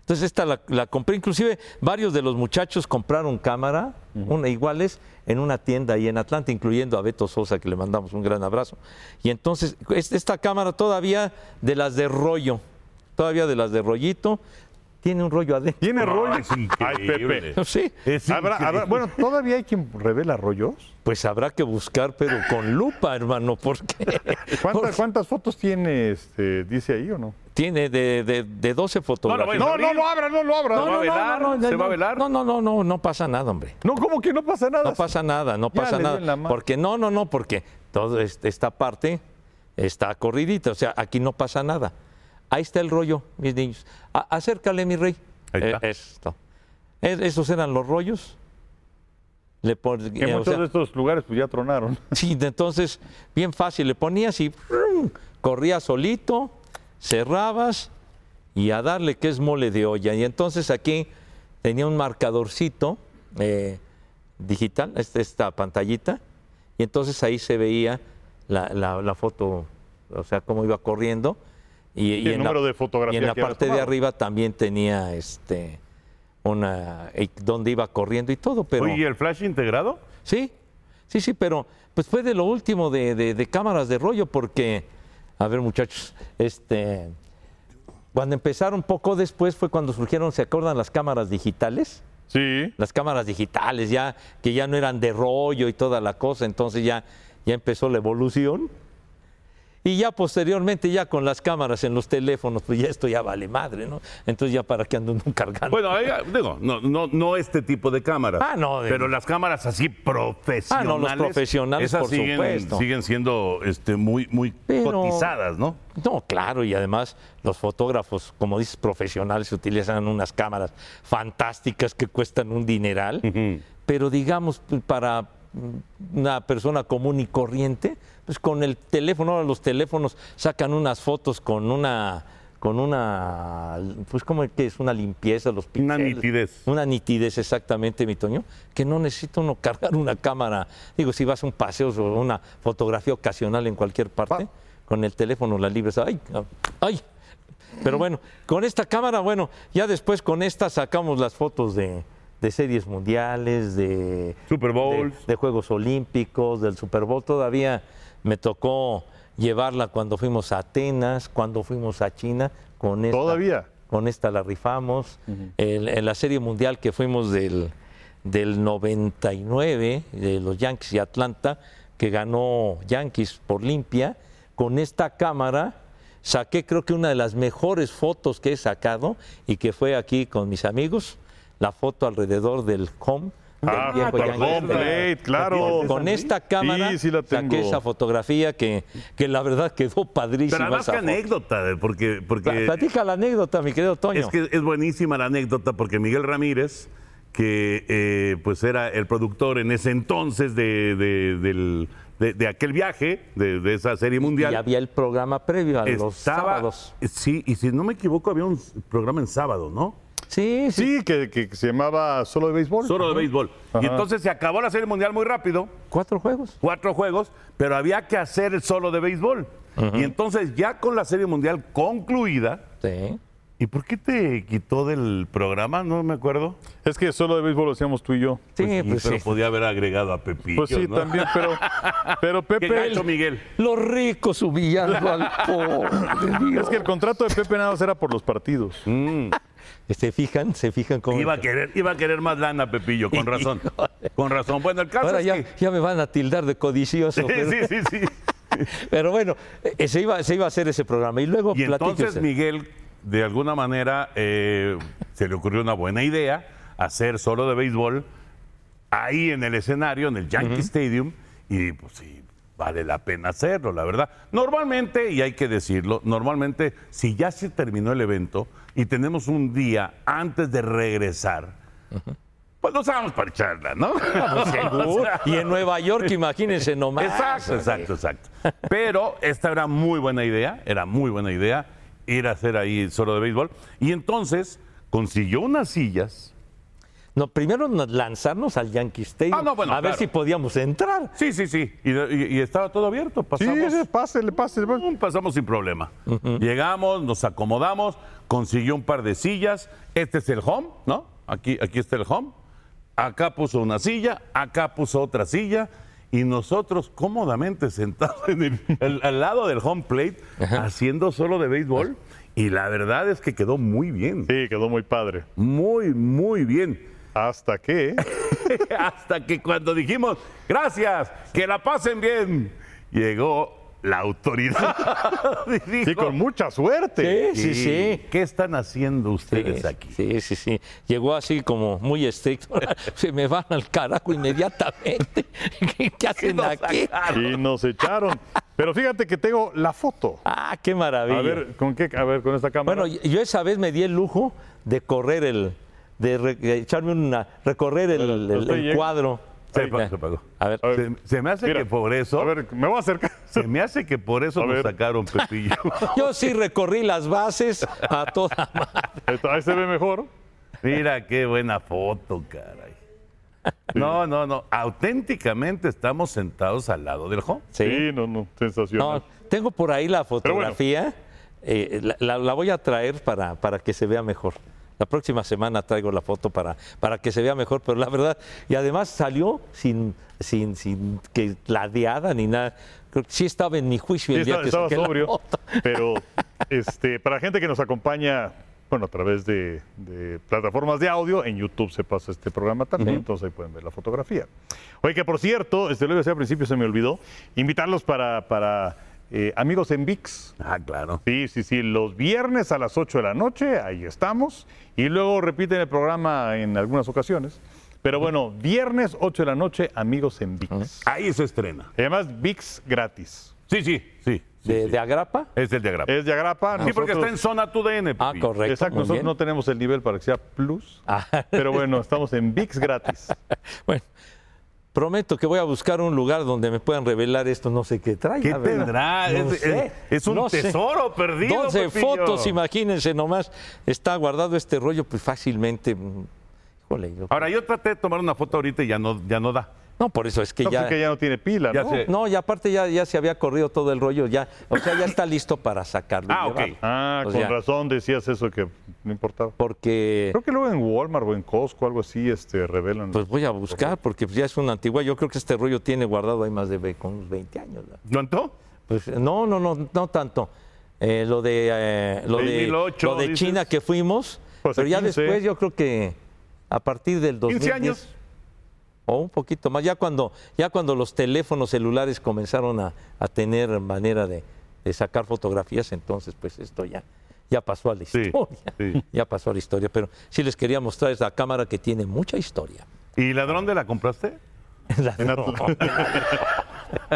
D: Entonces esta la, la compré, inclusive varios de los muchachos compraron cámara, una iguales, en una tienda ahí en Atlanta, incluyendo a Beto Sosa, que le mandamos un gran abrazo. Y entonces es- esta cámara todavía de las de rollo, todavía de las de rollito, tiene un rollo adentro.
C: Tiene rollo.
B: Ah, es increíble.
C: Ay, Pepe.
D: Sí,
B: Es
C: Habrá-
B: increíble.
C: habrá- bueno, ¿todavía hay quien revela rollos?
D: pues habrá que buscar, pero con lupa, hermano, porque
B: Pues-
C: ¿Cuántas, cuántas fotos tiene, este, dice ahí o no?
D: tiene de, de- de 12 fotografías.
B: No, no lo
C: abra, no lo abra.
B: ¿Se
C: No,
B: Pues, va a velar? ¿Se va a velar?
D: No, no, no, no, no pasa nada, hombre.
C: como que no pasa nada.
D: No pasa nada, no
C: Ya
D: pasa
C: le dio en la
D: nada.
C: mano.
D: Porque no, no, no, porque toda esta parte está corridita. O sea, aquí no pasa nada. Ahí está el rollo, mis niños. A- acércale, mi rey.
B: Ahí
D: Eh,
B: está.
D: esto. Es- esos eran los rollos. Le pon-
C: Que
D: eh, o
C: muchos
D: sea,
C: de estos lugares pues ya tronaron.
D: Sí, de- entonces, bien fácil, le ponías y ¡prum! corría solito, cerrabas y a darle que es mole de olla. Y entonces aquí tenía un marcadorcito eh, digital, este- esta pantallita, y entonces ahí se veía la, la- la foto, o sea, cómo iba corriendo. Y,
C: el
D: y en la-
C: número de fotografía
D: Y en la
C: que habías
D: parte de
C: tomado.
D: arriba también tenía este una eh, donde iba corriendo y todo, pero
B: Oye, ¿y el flash integrado?
D: Sí, sí, sí, pero pues fue de lo último de, de- de cámaras de rollo, porque, a ver muchachos, este, cuando empezaron poco después fue cuando surgieron, ¿se acuerdan las cámaras digitales?
C: Sí.
D: Las cámaras digitales ya, que ya no eran de rollo y toda la cosa, entonces ya, ya empezó la evolución. Y ya posteriormente, ya con las cámaras en los teléfonos, pues ya esto ya vale madre, ¿no? Entonces ya para qué ando uno cargando.
B: Bueno, ahí, ah, digo, no, no, no este tipo de cámaras.
D: Ah, no, de-
B: Pero las cámaras así profesionales.
D: Ah, no, los profesionales,
B: esas
D: por
B: siguen,
D: supuesto.
B: siguen siendo este, muy, muy
D: Pero-
B: cotizadas, ¿no?
D: No, claro, y además los fotógrafos, como dices, profesionales, utilizan unas cámaras fantásticas que cuestan un dineral, pero digamos, p- para mm, una persona común y corriente, pues con el teléfono, ahora los teléfonos sacan unas fotos con una, con una, pues como que es una limpieza, los
B: Una
D: píxeles.
B: nitidez.
D: Una nitidez, exactamente, mi Toño, que no necesita uno cargar una cámara. Digo, si vas a un paseo o una fotografía ocasional en cualquier parte, con el teléfono la libres. ¡Ay! ¡Ay! Pero bueno, con esta cámara, bueno, ya después con esta sacamos las fotos de, de series mundiales, de
B: Super Bowls.
D: de, de Juegos Olímpicos, del Super Bowl. Todavía me tocó llevarla cuando fuimos a Atenas, cuando fuimos a China, con esta.
C: ¿Todavía?
D: Con esta la rifamos. El- en la Serie Mundial que fuimos del, del 99, de los Yankees y Atlanta, que ganó Yankees por limpia, con esta cámara saqué creo que una de las mejores fotos que he sacado y que fue aquí con mis amigos, la foto alrededor del home
C: Ah,
D: viejo
C: por
D: Yankee.
C: Homeplate, claro.
D: Con, con esta cámara
C: Sí, sí la tengo.
D: saqué esa fotografía que, que la verdad quedó
B: Pero
D: padrísima.
B: además
D: Esa
B: qué
D: foto.
B: anécdota, de- porque, porque
D: Pla- Platica la anécdota, mi querido Toño.
B: es que es buenísima la anécdota, porque Miguel Ramírez, que eh, pues era el productor en ese entonces de, de- del- de- de aquel viaje, de, de esa serie mundial.
D: y había el programa previo a los
B: estaba-
D: sábados.
B: Sí, y si no me equivoco, había un s- programa en sábado, ¿no?
D: Sí, sí.
C: Sí, que, que se llamaba Solo de Béisbol.
B: Solo de béisbol. Y entonces se acabó la serie mundial muy rápido,
D: Cuatro juegos.
B: cuatro juegos, pero había que hacer el solo de béisbol. Y entonces ya con la serie mundial concluida,
D: Sí.
B: ¿y por qué te quitó del programa? No me acuerdo.
C: Es que Solo de Béisbol lo hacíamos tú y yo.
D: Sí,
B: Pues sí,
D: pues
B: pero
D: sí.
B: podía haber agregado a Pepillo,
C: Pues sí,
B: ¿no?
C: también, pero, pero
B: Qué
C: Pepe...
B: gancho, Miguel.
D: Los ricos humillando al pobre. digo.
C: Es que el contrato de Pepe nada más era por los partidos.
D: Se fijan, se fijan cómo.
B: Iba a, querer, iba a querer más lana, Pepillo, con razón. con razón. Bueno, el caso
D: Ahora
B: es
D: ya,
B: que-
D: ya me van a tildar de codicioso. pero,
B: Sí, sí, sí, sí.
D: pero bueno, eh, se iba, se iba a hacer ese programa. Y luego
B: Y
D: platique
B: entonces
D: usted.
B: Miguel, de alguna manera, eh, se le ocurrió una buena idea, hacer solo de béisbol ahí en el escenario, en el Yankee Stadium, y pues sí, vale la pena hacerlo, la verdad. Normalmente, y hay que decirlo, normalmente si ya se terminó el evento y tenemos un día antes de regresar, pues nos vamos para charla, ¿no?
D: Seguro. Y en Nueva York, imagínense nomás.
B: Exacto, exacto, exacto. Pero esta era muy buena idea, era muy buena idea ir a hacer ahí solo de béisbol. Y entonces consiguió unas sillas.
D: No, primero nos- lanzarnos al Yankee Stadium
B: Ah, no, bueno,
D: a ver
B: claro.
D: si podíamos entrar.
B: Sí, sí, sí. Y, y- y estaba todo abierto.
C: Sí,
B: Pasamos,
C: ese, pásele, pásele. pues.
B: Mm, pasamos sin problema. Llegamos, nos acomodamos, consiguió un par de sillas. Este es el home, ¿no? Aquí, aquí está el home. Acá puso una silla, acá puso otra silla. Y nosotros cómodamente sentados en el- al, al lado del home plate, haciendo solo de béisbol. Y la verdad es que quedó muy bien.
C: Sí, quedó muy padre.
B: Muy, muy bien.
C: Hasta que...
B: Hasta que cuando dijimos, gracias, que la pasen bien, llegó la autoridad. y dijo,
C: Sí, con mucha suerte.
D: Sí, sí, sí.
B: ¿Qué están haciendo ustedes
D: Sí,
B: aquí?
D: Sí, sí, sí. Llegó así como muy estricto. Se me van al carajo inmediatamente. ¿Qué, qué hacen
B: nos
D: aquí?
B: sacaron?
C: Y nos echaron. Pero fíjate que tengo la foto.
D: Ah, qué maravilla.
C: A ver, ¿con qué? A ver, con esta cámara.
D: Bueno, y- yo esa vez me di el lujo de correr el, de re- de echarme una, recorrer el, el-
C: usted
D: el
C: llega.
D: cuadro.
B: Se apagó, se apagó.
D: A ver,
C: ver.
B: Se, se me hace
C: Mira,
B: que por eso,
C: a ver, me voy a acercar.
B: se me hace que por eso
C: A
B: nos
C: ver.
B: sacaron Pepillo.
D: yo sí recorrí las bases a toda madre.
C: Ahí está, ahí se ve mejor.
B: Mira qué buena foto, caray. No, no, no. Auténticamente estamos sentados al lado del home.
C: Sí,
D: Sí.
C: no, no,
D: No,
C: sensacional.
D: tengo por ahí la
C: bueno.
D: fotografía. eh, la, la- la voy a traer para, para que se vea mejor. La próxima semana traigo la foto para, para que se vea mejor, pero la verdad, y además salió sin, sin, sin que ladeada ni nada. Creo que sí estaba en mi juicio
C: Sí,
D: el
C: estaba,
D: día que
C: estaba
D: saqué la
C: sobrio.
D: foto.
C: Pero este, para gente que nos acompaña, bueno, a través de, de plataformas de audio, en YouTube se pasa este programa también, entonces ahí pueden ver la fotografía. Oye, que por cierto, este lo iba a decir al principio, se me olvidó, invitarlos para, para eh, Amigos en VIX.
B: Ah, claro.
C: Sí, sí, sí, los viernes a las 8 de la noche, ahí estamos, y luego repiten el programa en algunas ocasiones. Pero bueno, viernes 8 de la noche, Amigos en VIX.
B: Ahí se estrena.
C: Además, VIX gratis.
B: Sí, sí, sí. sí,
D: de,
B: sí.
D: de Agrapa.
B: Es el de Agrapa.
C: Es de Agrapa.
B: Ah. Sí, porque
C: nosotros-
B: está en zona tu DN.
D: Ah,
B: Pepillo.
D: correcto.
C: Exacto,
D: muy
C: nosotros
D: bien.
C: no tenemos el nivel para que sea plus,
D: Ah,
C: pero bueno, estamos en VIX gratis.
D: bueno, prometo que voy a buscar un lugar donde me puedan revelar esto, no sé qué trae.
B: ¿Qué
D: la verdad.
B: tendrá?
D: No
B: Es-
D: sé,
B: es- es un
D: no sé.
B: tesoro perdido,
D: 12
B: Pepillo.
D: fotos, imagínense nomás. Está guardado este rollo pues fácilmente. mm, Híjole, yo-
B: Ahora, yo traté de tomar una foto ahorita y ya no, ya no da.
D: no, por eso es que
C: No,
D: ya...
C: pues que ya no tiene pila,
B: Ya
C: ¿no?
B: sé.
D: No, y aparte ya, ya se había corrido todo el rollo, ya, o sea, ya está listo para sacarlo. y
B: Ah, ok.
D: llevarlo.
C: Ah,
D: O
C: con
D: sea,
C: razón decías eso que no importaba.
D: Pues, Porque
C: Creo que luego en Walmart o en Costco algo así este, revelan.
D: eh. pues voy a buscar, porque pues, ya es una antigua. Yo creo que este rollo tiene guardado ahí más de ve- con unos 20 años. ¿verdad?
B: ¿Cuánto?
D: Pues, no, no, no, no tanto. Eh, lo de, eh, lo de,
B: 2008,
D: lo de
B: dices.
D: China que fuimos,
C: Pues,
D: pero ya
C: 15.
D: después yo creo que a partir del 2010
B: 15 años.
D: o un poquito más, ya cuando, ya cuando los teléfonos celulares comenzaron a, a tener manera de, de sacar fotografías, entonces pues esto ya, ya pasó a la historia.
B: sí.
D: Ya pasó a la historia, pero sí les quería mostrar esta cámara que tiene mucha historia.
E: ¿Y ladrón de la compraste?
D: Ladrón.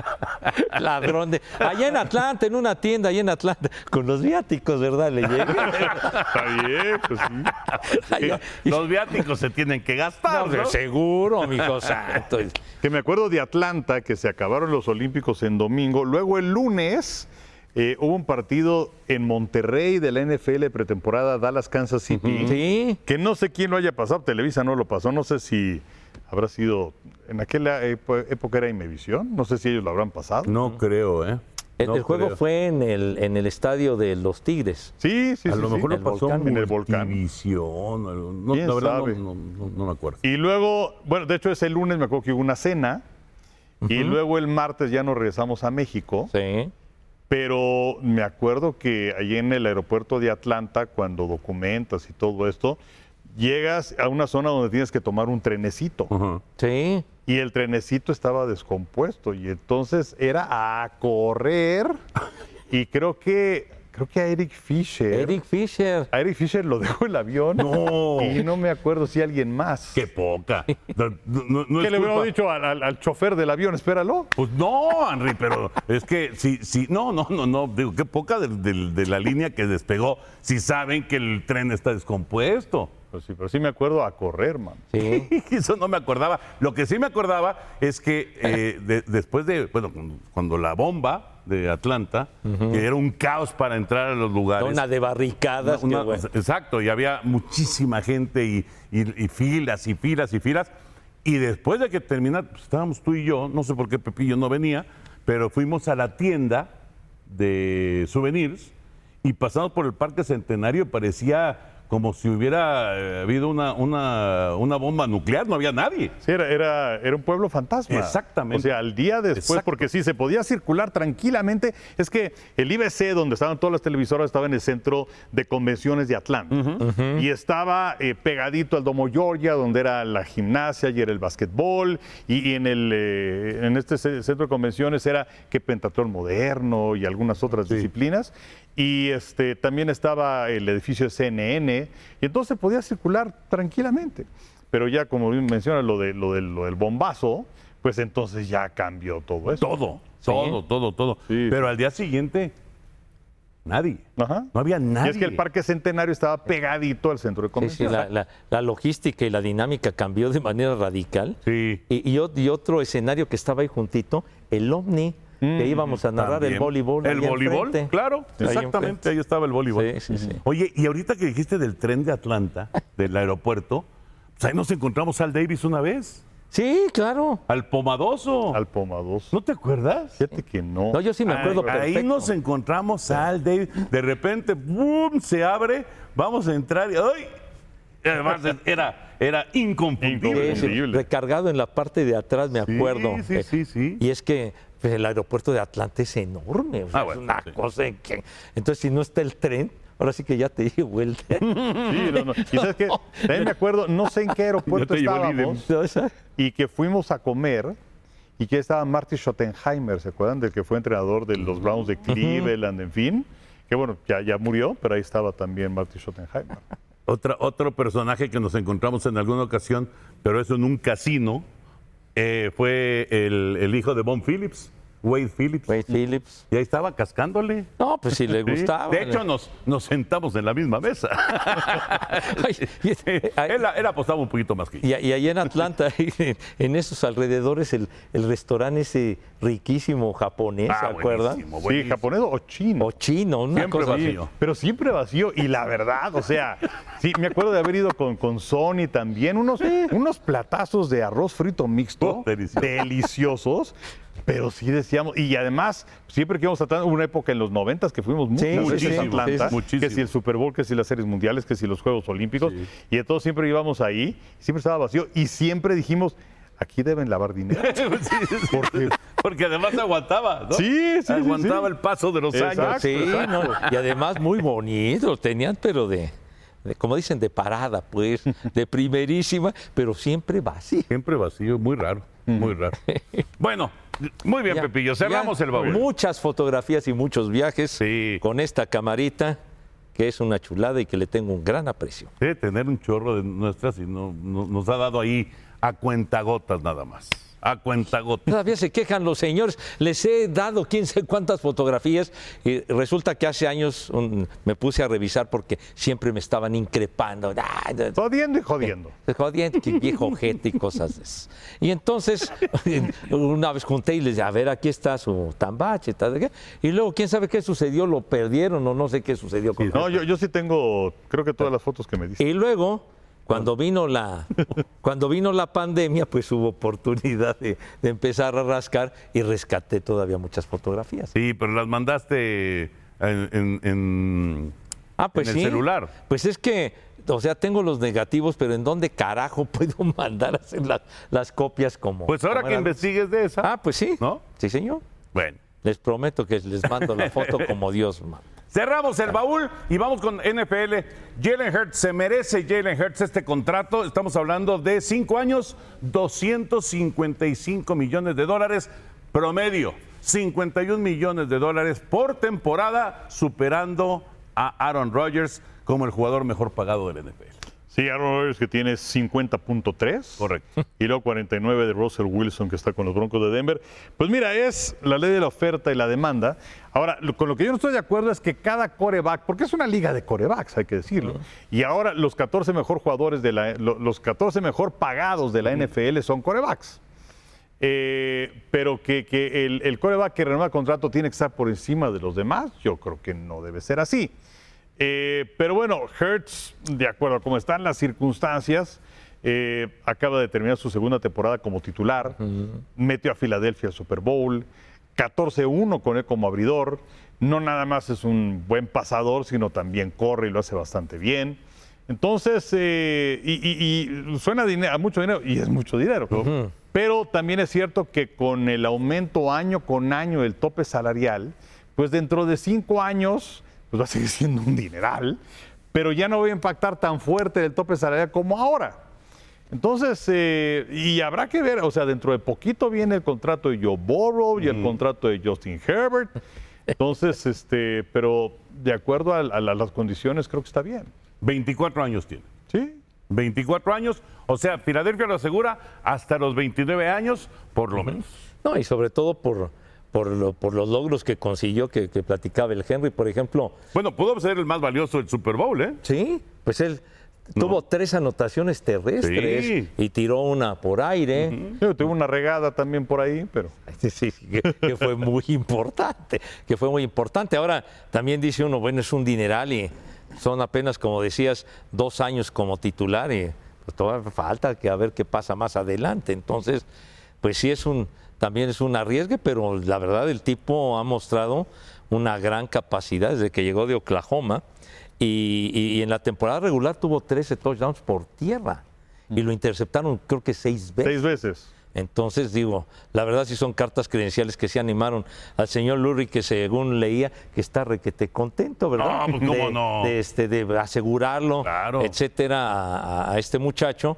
D: Ladrón de. Allá en Atlanta, en una tienda, allá en Atlanta, con los viáticos, ¿verdad? Le llegué.
C: Está bien, pues sí.
D: Allá- y- Ah,
E: Los viáticos se tienen que gastar.
D: No,
E: ¿no?
D: Seguro, mijo santo.
C: Que me acuerdo de Atlanta, que se acabaron los Olímpicos en domingo. Luego el lunes eh, hubo un partido en Monterrey de la NFL pretemporada Dallas-Kansas City.
D: Sí.
C: Que no sé quién lo haya pasado, Televisa no lo pasó, no sé si habrá sido, en aquella epo- época era Imevisión, no sé si ellos lo habrán pasado.
B: No creo, ¿eh?
D: El,
B: No
D: el juego
B: creo.
D: fue en el, en el estadio de los Tigres.
C: Sí, sí,
B: A
C: sí,
B: lo
C: sí.
B: mejor
D: el
B: lo pasó
D: volcán.
C: En el volcán.
B: Multivisión, algo- No,
C: ¿Quién
B: la verdad no-
C: sabe?
B: No, no- no me acuerdo.
C: Y luego, bueno, de hecho ese lunes me acuerdo que hubo una cena y luego el martes ya nos regresamos a México,
D: Sí.
C: pero me acuerdo que allí en el aeropuerto de Atlanta, cuando documentas y todo esto, llegas a una zona donde tienes que tomar un trenecito.
B: Ajá.
D: Sí.
C: Y el trenecito estaba descompuesto y entonces era a correr y creo que creo que a Eric Fisher.
D: Eric Fisher.
C: A Eric Fisher lo dejó el avión.
B: No.
C: Y no me acuerdo si alguien más.
B: Qué poca. No, no- no
C: ¿Qué
B: es
C: le hubiera
B: culpa-
C: dicho al, al- al chofer del avión? Espéralo.
B: Pues no, Henry, pero es que si, si, no, no, no, no, digo, qué poca del- del- de, la línea que despegó, si saben que el tren está descompuesto.
C: Pues sí, pero sí me acuerdo a correr, man.
D: Sí.
B: Eso no me acordaba. Lo que sí me acordaba es que eh, de- después de, bueno, cuando- cuando la bomba de Atlanta, que era un caos para entrar a los lugares.
D: Una de barricadas.
B: Una-
D: que,
B: una-
D: bueno.
B: Exacto, y había muchísima gente y, y- y filas y filas y filas. Y después de que terminar, pues, estábamos tú y yo, no sé por qué Pepillo no venía, pero fuimos a la tienda de souvenirs y pasamos por el Parque Centenario, parecía como si hubiera eh, habido una, una, una bomba nuclear, no había nadie.
C: Sí, era, era, era un pueblo fantasma.
B: Exactamente.
C: O sea, al día después,
B: Exacto.
C: porque sí, se podía circular tranquilamente. Es que el IBC, donde estaban todas las televisoras, estaba en el centro de convenciones de Atlanta. Y estaba eh, pegadito al Domo Georgia, donde era la gimnasia y era el básquetbol. Y, y en, el, eh, en este ce- centro de convenciones era que pentatlón moderno y algunas otras disciplinas. Y este, también estaba el edificio de CNN. Y entonces podía circular tranquilamente. Pero ya, como bien menciona lo, de, lo, de- lo del bombazo, pues entonces ya cambió todo eso.
B: Todo, todo, todo, todo.
C: Pues. Sí.
B: Pero al día siguiente, nadie.
C: Ajá.
B: No había nadie.
C: Y es que el Parque Centenario estaba pegadito al centro de
D: Sí, sí,
C: convenciones.
D: la, la- la logística y la dinámica cambió de manera radical.
B: Sí.
D: Y, y ot- y otro escenario que estaba ahí juntito, el ovni, que íbamos a narrar el
B: También.
D: voleibol.
B: El
D: ahí
B: voleibol,
D: enfrente.
B: claro.
D: Ahí
B: exactamente,
D: enfrente.
B: ahí estaba el voleibol.
D: Sí, sí, sí.
B: Oye, y ahorita que dijiste del tren de Atlanta, del aeropuerto, pues ahí nos encontramos al Davis una vez,
D: Sí, claro.
B: al Pomadoso.
C: Al Pomadoso.
B: ¿No te acuerdas?
C: Fíjate que no.
D: No, yo sí me acuerdo
B: Ahí
D: perfecto.
B: nos encontramos al Davis. De repente, ¡boom! Se abre, vamos a entrar y ¡ay! Además, era, era inconfundible.
D: Sí, sí,
C: Increíble.
D: recargado en la parte de atrás, me
B: Sí,
D: acuerdo.
B: sí,
D: Eh,
B: sí, sí.
D: Y es que pues, el aeropuerto de Atlanta es enorme. o sea,
B: Ah,
D: es
B: bueno,
D: una
B: sí.
D: cosa en que. Entonces, si no está el tren, ahora sí que ya te di vuelta.
C: Sí, no, no. Y sabes que también me acuerdo, no sé en qué aeropuerto
B: te llevó el
C: estábamos
D: O sea,
C: y que fuimos a comer y que estaba Marty Schottenheimer, ¿se acuerdan? Del que fue entrenador de los Browns de Cleveland, en fin. Que bueno, ya, ya murió, pero ahí estaba también Marty Schottenheimer.
B: Otra, otro personaje que nos encontramos en alguna ocasión, pero eso en un casino, eh, fue el, el hijo de Bon Phillips, Wade Phillips.
D: Wade Phillips.
B: Y ahí estaba cascándole.
D: No, pues si le
B: Sí.
D: gustaba.
B: De hecho, nos, nos sentamos en la misma mesa.
D: Ay, y- eh, ay,
B: él, él apostaba un poquito más que yo.
D: Y, a- y allá en Atlanta, en, en esos alrededores, el, el restaurante ese riquísimo japonés, ¿se
B: Ah,
D: acuerdan?
B: buenísimo,
C: Sí,
B: buenísimo.
C: japonés o chino.
D: O chino, una
B: Siempre
D: cosa
B: vacío.
C: Pero siempre vacío y la verdad, o sea, sí, me acuerdo de haber ido con, con Sony también, unos, unos platazos de arroz frito mixto,
B: Oh, delicioso.
C: deliciosos, pero sí decíamos, y además, siempre que íbamos a Atlanta, hubo una época en los noventas que fuimos muchas
D: Sí,
C: veces
D: sí,
C: a
D: sí,
C: Atlanta,
B: sí, sí.
C: que si el Super Bowl, que si las series mundiales, que si los Juegos Olímpicos, y entonces siempre íbamos ahí, siempre estaba vacío, y siempre dijimos, aquí deben lavar dinero. Porque
B: Porque además aguantaba, ¿no?
C: Sí, sí, sí, sí.
B: Aguantaba el paso de los
C: Exacto.
B: años.
D: Sí, no, y además muy bonito, tenían, pero de, de, como dicen, de parada, pues, de primerísima, pero siempre vacío.
B: Siempre vacío, muy raro, muy raro. Bueno, muy bien,
D: Ya,
B: Pepillo,
D: ya
B: cerramos el baúl.
D: Muchas fotografías y muchos viajes
B: Sí.
D: con esta camarita, que es una chulada y que le tengo un gran aprecio.
B: Debe tener un chorro de nuestras y no, no- nos ha dado ahí a cuentagotas nada más. A cuentagotas.
D: Todavía se quejan los señores. Les he dado quién sabe cuántas fotografías y resulta que hace años un- me puse a revisar porque siempre me estaban increpando. Ah, da-
C: Jodiendo y jodiendo.
D: Jodiendo, que viejo ojete y cosas de esas. Y entonces, una vez junté y les dije, a ver, aquí está su tambache. tal, ¿qué? Y luego, quién sabe qué sucedió, lo perdieron o no sé qué sucedió. con
C: No, yo, yo sí tengo, creo que todas las fotos que me diste.
D: Y luego, cuando vino la, cuando vino la pandemia, pues hubo oportunidad de, de empezar a rascar y rescaté todavía muchas fotografías.
B: Sí, pero las mandaste en, en- en-
D: Ah, pues
B: en el
D: sí.
B: celular.
D: Pues es que, o sea, tengo los negativos, pero ¿en dónde carajo puedo mandar a hacer las, las copias como?
B: Pues ahora
D: como
B: que
D: eran?
B: investigues de esa.
D: Ah, pues sí.
B: ¿No?
D: Sí, señor.
B: Bueno.
D: Les prometo que les mando la foto como Dios manda.
B: Cerramos el baúl y vamos con NFL. Jalen Hurts, se merece Jalen Hurts este contrato. Estamos hablando de 5 años, 255 millones de dólares promedio, 51 millones de dólares por temporada, superando a Aaron Rodgers como el jugador mejor pagado del NFL.
C: Sí, Aaron Rodgers que tiene 50.3.
B: Correcto.
C: Y luego 49 de Russell Wilson que está con los Broncos de Denver. Pues mira, es la ley de la oferta y la demanda. Ahora, lo- con lo que yo no estoy de acuerdo es que cada coreback, porque es una liga de corebacks, hay que decirlo. Y ahora los 14 mejor jugadores de la lo- los 14 mejor pagados de la NFL son corebacks. Eh, pero que, que el, el coreback que renueva contrato tiene que estar por encima de los demás, yo creo que no debe ser así. Eh, pero bueno, Hertz, de acuerdo a cómo están las circunstancias, eh, acaba de terminar su segunda temporada como titular, metió a Filadelfia al Super Bowl, 14-1 con él como abridor, no nada más es un buen pasador, sino también corre y lo hace bastante bien. Entonces, eh, y, y- y suena dine- a mucho dinero, y es mucho dinero. Pero también es cierto que con el aumento año con año del tope salarial, pues dentro de cinco años, pues va a seguir siendo un dineral, pero ya no va a impactar tan fuerte el tope salarial como ahora. Entonces, eh, y habrá que ver, o sea, dentro de poquito viene el contrato de Joe Burrow y el contrato de Justin Herbert. Entonces, este, pero de acuerdo a, a la- las condiciones, creo que está bien.
B: 24 años tiene.
C: Sí.
B: 24 años, o sea, Filadelfia lo asegura hasta los 29 años, por lo menos.
D: No, y sobre todo por, por, lo- por los logros que consiguió, que, que platicaba el Henry, por ejemplo.
B: Bueno, pudo ser el más valioso del Super Bowl, ¿eh?
D: Sí, pues él tuvo tres anotaciones terrestres
B: Sí.
D: y tiró una por aire.
C: Yo tuve una regada también por ahí, pero.
D: Sí, sí, que, que fue muy importante, que fue muy importante. Ahora también dice uno, bueno, es un dineral y son apenas, como decías, dos años como titular y pues, todavía falta que a ver qué pasa más adelante. Entonces, pues sí es un, también es un arriesgue, pero la verdad el tipo ha mostrado una gran capacidad desde que llegó de Oklahoma y, y- y en la temporada regular tuvo 13 touchdowns por tierra y lo interceptaron creo que seis veces.
C: Seis veces.
D: Entonces digo, la verdad sí son cartas credenciales que se animaron al señor Lurri que según leía que está requete contento, ¿verdad?
B: No, pues, ¿cómo
D: de,
B: no?
D: De, este, de asegurarlo,
B: Claro.
D: etcétera, a, a- a este muchacho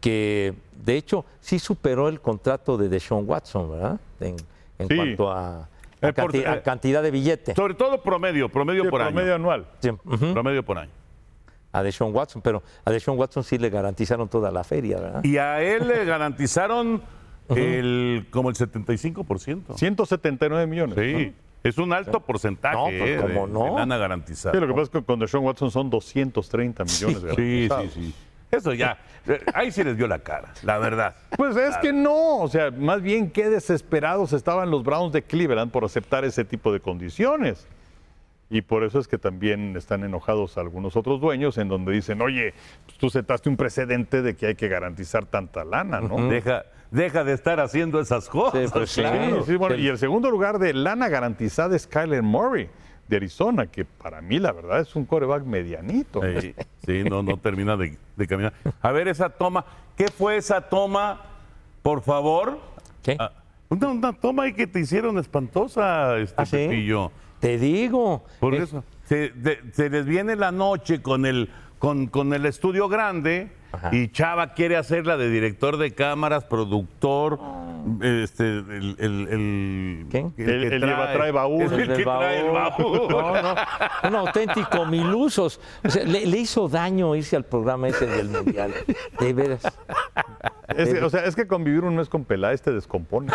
D: que de hecho sí superó el contrato de Deshaun Watson, ¿verdad? En, en
C: Sí.
D: cuanto a, a
B: Eh, por-
D: canti- a
B: eh,
D: cantidad de billete
B: Sobre todo promedio, promedio
C: Sí,
B: por
C: promedio anual.
D: Sí, ujú,
B: año. Promedio por año.
D: a Deshaun Watson, pero a Deshaun Watson sí le garantizaron toda la feria, ¿verdad?
B: Y a él le garantizaron el, como el 75%.
C: 179 millones.
B: Sí, es un alto porcentaje.
D: No, pues,
B: eh, de-
D: ¿cómo no?
B: de lana
C: ¿no?
B: garantizada.
C: Sí, lo que pasa es que con Deshaun Watson son 230 millones. de
B: sí, sí,
C: garantizados.
B: sí. Eso ya. eh, Ahí sí les vio la cara, la verdad.
C: Pues es que no, o sea, más bien qué desesperados estaban los Browns de Cleveland por aceptar ese tipo de condiciones. Y por eso es que también están enojados algunos otros dueños en donde dicen, oye, pues tú sentaste un precedente de que hay que garantizar tanta lana, ¿no? De-
B: Deja, deja de estar haciendo esas cosas.
D: Sí, pues, sí.
B: claro.
C: Sí, sí, bueno, y el segundo lugar de lana garantizada es Kyler Murray de Arizona, que para mí la verdad es un coreback medianito.
B: Sí, sí, no, no termina de, de caminar. A ver esa toma. ¿Qué fue esa toma? Por favor.
D: ¿Qué?
B: Ah, una, una toma ahí que te hicieron espantosa, este
D: ¿Ah, sí?
B: Pepillo.
D: Te digo.
B: Por
D: eh,
B: eso. Se, de- se les viene la noche con el con, con el estudio grande
D: Ajá.
B: y Chava quiere hacerla de director de cámaras, productor, este, el, el, el-
D: ¿Quién?
B: que
C: El- el lleva- trae baúl.
B: Pues Es el,
D: del
B: que trae el baúl.
D: No, no. Un auténtico milusos. O sea, le, le hizo daño irse al programa ese del Mundial. De veras.
C: Es que, o sea, es que convivir un mes con Peláez te descompone.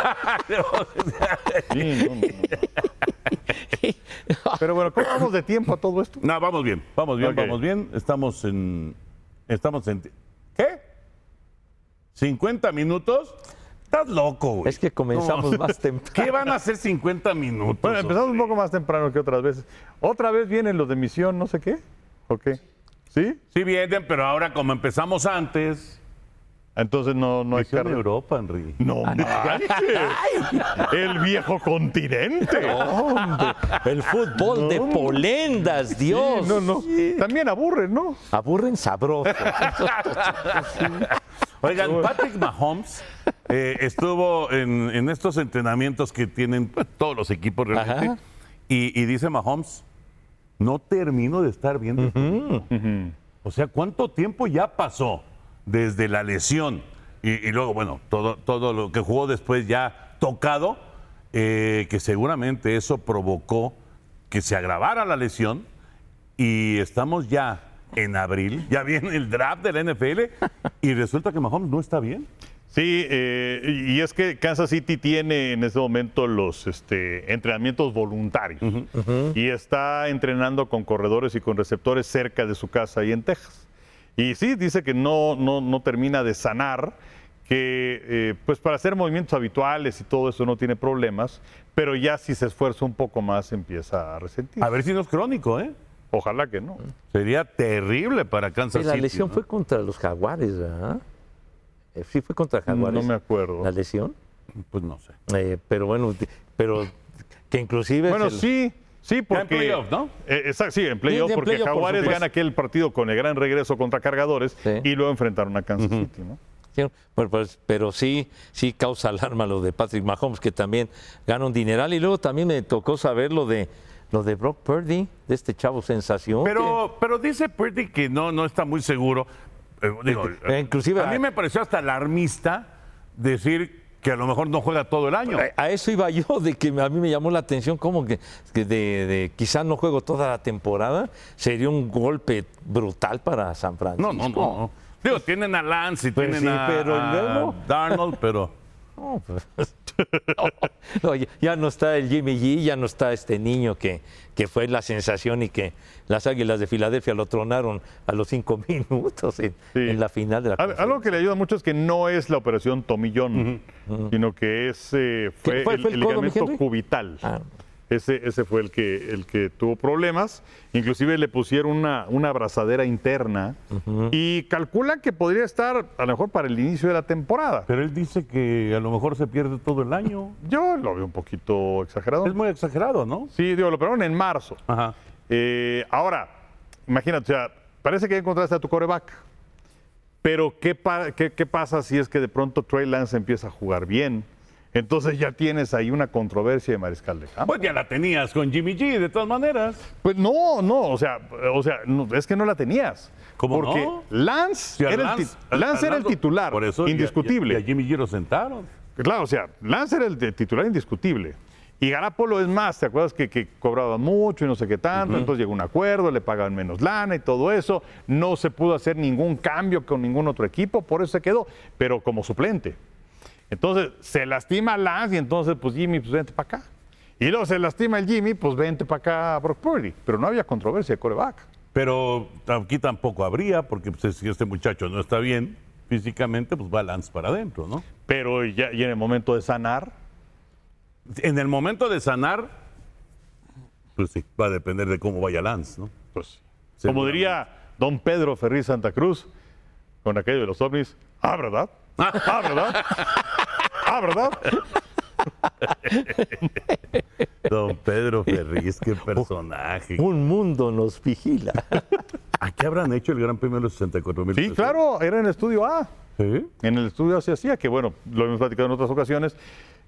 C: Sí, no, no, no. Pero bueno, ¿cómo vamos de tiempo a todo esto?
B: No, vamos bien, vamos bien,
C: Ok.
B: vamos bien. Estamos en. Estamos en. ¿Qué? ¿50 minutos? Estás loco, güey.
D: Es que comenzamos
B: No.
D: más temprano.
B: ¿Qué van a hacer 50 minutos?
C: Bueno, empezamos un poco más temprano que otras veces. ¿Otra vez vienen los de misión, no sé qué? ¿O qué? ¿Sí?
B: Sí vienen, pero ahora como empezamos antes.
C: Entonces no, no hay
B: Misión
C: carne.
B: Europa, Ah, Henry.
C: No, manches. el viejo continente.
D: Hombre, el fútbol de
C: No.
D: polendas,
C: Sí,
D: Dios.
C: no, no. También aburre, ¿no?
D: Aburren sabroso.
B: Oigan, Patrick Mahomes eh, estuvo en, en estos entrenamientos que tienen pues, todos los equipos
D: Ajá.
B: realmente. Y, y dice Mahomes, no termino de estar viendo. este equipo". O sea, ¿cuánto tiempo ya pasó desde la lesión? Y, y luego, bueno, todo, todo lo que jugó después ya tocado, eh, que seguramente eso provocó que se agravara la lesión y estamos ya en abril, ya viene el draft de la NFL y resulta que Mahomes no está bien.
C: Sí, eh, y y es que Kansas City tiene en este momento los este, entrenamientos voluntarios y está entrenando con corredores y con receptores cerca de su casa ahí en Texas. Y sí, dice que no, no, no termina de sanar, que eh, pues para hacer movimientos habituales y todo eso no tiene problemas, pero ya si se esfuerza un poco más empieza a resentir.
B: A ver si no es crónico, ¿eh?
C: Ojalá que no.
B: Sería terrible para Kansas
D: Sí, la
B: City,
D: lesión
B: ¿no?
D: fue contra los jaguares, ¿verdad? Eh, Sí, fue contra jaguares.
C: No me acuerdo.
D: La lesión.
B: Pues no sé.
D: Eh, pero bueno, di- pero que inclusive...
C: Bueno,
D: se-
C: sí, sí, porque.
B: playoff, ¿no?
C: Eh, exacto, sí, en playoff,
D: en
C: porque
D: playoff, por
C: Jaguares
D: supuesto.
C: gana aquel partido con el gran regreso contra Cargadores
D: Sí.
C: y luego enfrentaron a Kansas City, ¿no?
D: Sí, Bueno, pues, pero sí, sí causa alarma lo de Patrick Mahomes, que también gana un dineral. Y luego también me tocó saber lo de lo de Brock Purdy, de este chavo sensación.
B: Pero, pero dice Purdy que no, no está muy seguro. Eh, digo,
D: Eh, inclusive-
B: a mí me pareció hasta alarmista decir que a lo mejor no juega todo el año.
D: que a eso iba yo, de que a mí me llamó la atención como que, que de, de quizás no juego toda la temporada, sería un golpe brutal para San Francisco.
B: No, no, no. no. Digo, tienen a Lance y
D: Pues
B: tienen
D: sí,
B: a,
D: pero ¿y
B: a
D: luego?
B: Darnold, pero
D: No, pues, no, no, ya, ya no está el Jimmy G, ya no está este niño que, que fue la sensación y que las Águilas de Filadelfia lo tronaron a los cinco minutos en,
C: Sí.
D: en la final de la
C: Al- Algo que le ayuda mucho es que no es la operación Tomillón, sino que ese fue,
D: fue-
C: el,
D: fue el
C: el
D: codo, mi
C: ligamento
D: Henry?
C: cubital.
D: Ah.
C: Ese, ese fue el que, el que tuvo problemas. Inclusive le pusieron una, una abrazadera interna y calculan que podría estar a lo mejor para el inicio de la temporada.
B: pero él dice que a lo mejor se pierde todo el año.
C: Yo lo veo un poquito exagerado.
B: Es muy exagerado, ¿no?
C: Sí, digo, lo operaron en marzo.
B: Ajá.
C: Eh, ahora, imagínate, o sea, parece que ya encontraste a tu coreback. Pero, ¿qué, pa- qué- qué pasa si es que de pronto Trey Lance empieza a jugar bien? Entonces ya tienes ahí una controversia de mariscal de campo.
B: Pues ya la tenías con Jimmy G, de todas maneras.
C: Pues no, no, o sea, o sea no, es que no la tenías.
B: ¿Cómo
C: Porque
B: no?
C: Lance,
B: Si a
C: era, el,
B: Lance-
C: ti-
B: a- a
C: Lance era el
B: Lance-
C: titular,
B: por eso y a-
C: indiscutible.
B: Y a, Jimmy G lo sentaron.
C: Claro, o sea, Lance era el de- titular indiscutible. Y Garapolo es más, ¿te acuerdas que, que cobraba mucho y no sé qué tanto? Entonces llegó un acuerdo, le pagaban menos lana y todo eso. No se pudo hacer ningún cambio con ningún otro equipo, por eso se quedó, pero como suplente. Entonces se lastima Lance y entonces, pues Jimmy, pues vente para acá. Y luego se lastima el Jimmy, pues vente para acá a Brock Purdy. Pero no había controversia de coreback.
B: Pero aquí tampoco habría, porque pues, si este muchacho no está bien físicamente, pues va Lance para adentro, ¿no?
C: Pero ya y en el momento de sanar,
B: En el momento de sanar, pues sí, va a depender de cómo vaya Lance, ¿no?
C: pues,
B: Sí,
C: como diría don Pedro Ferriz Santa Cruz, con aquello de los ovnis, ah, ¿verdad? Ah, ¿verdad? Ah, ¿verdad?
B: Don Pedro Ferriz, qué personaje.
D: Un mundo nos vigila.
B: ¿A qué habrán hecho el Gran Premio de los 64 mil?
C: Sí, claro, era en el estudio A.
B: ¿Sí?
C: En el estudio A se hacía, que bueno, lo hemos platicado en otras ocasiones,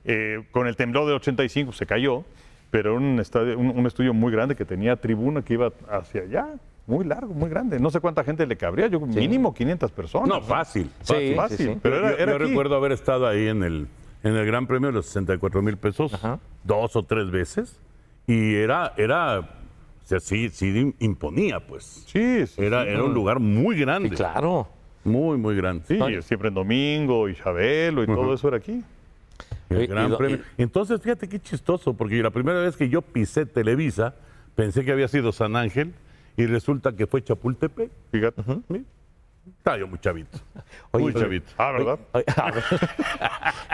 C: eh, con el temblor del 85 se cayó, pero era un, estadio- un, un estudio muy grande que tenía tribuna que iba hacia allá. muy largo, muy grande. No sé cuánta gente le cabría, yo mínimo 500 personas.
B: No, fácil.
D: Sí,
B: fácil.
C: Fácil,
D: sí, sí.
C: pero era,
B: yo,
C: era
B: yo
C: aquí.
B: recuerdo haber estado ahí en el, en el Gran Premio de los 64 mil pesos
D: Ajá.
B: dos o tres veces y era, era, o sea, sí, sí imponía, pues.
C: Sí, sí,
B: Era, era un lugar muy grande.
D: Sí, claro.
B: Muy, muy grande.
C: sí, siempre en domingo y Chabelo y todo eso era aquí.
B: El
D: Y-
B: Gran
D: y do-
B: Premio. Entonces, fíjate qué chistoso, porque la primera vez que yo pisé Televisa, pensé que había sido San Ángel y resulta que fue Chapultepec.
C: Fíjate.
B: Estaba yo muy chavito.
D: Oye,
B: muy
D: pero-
B: chavito.
C: Ah, ¿verdad?
D: Oye, a ver.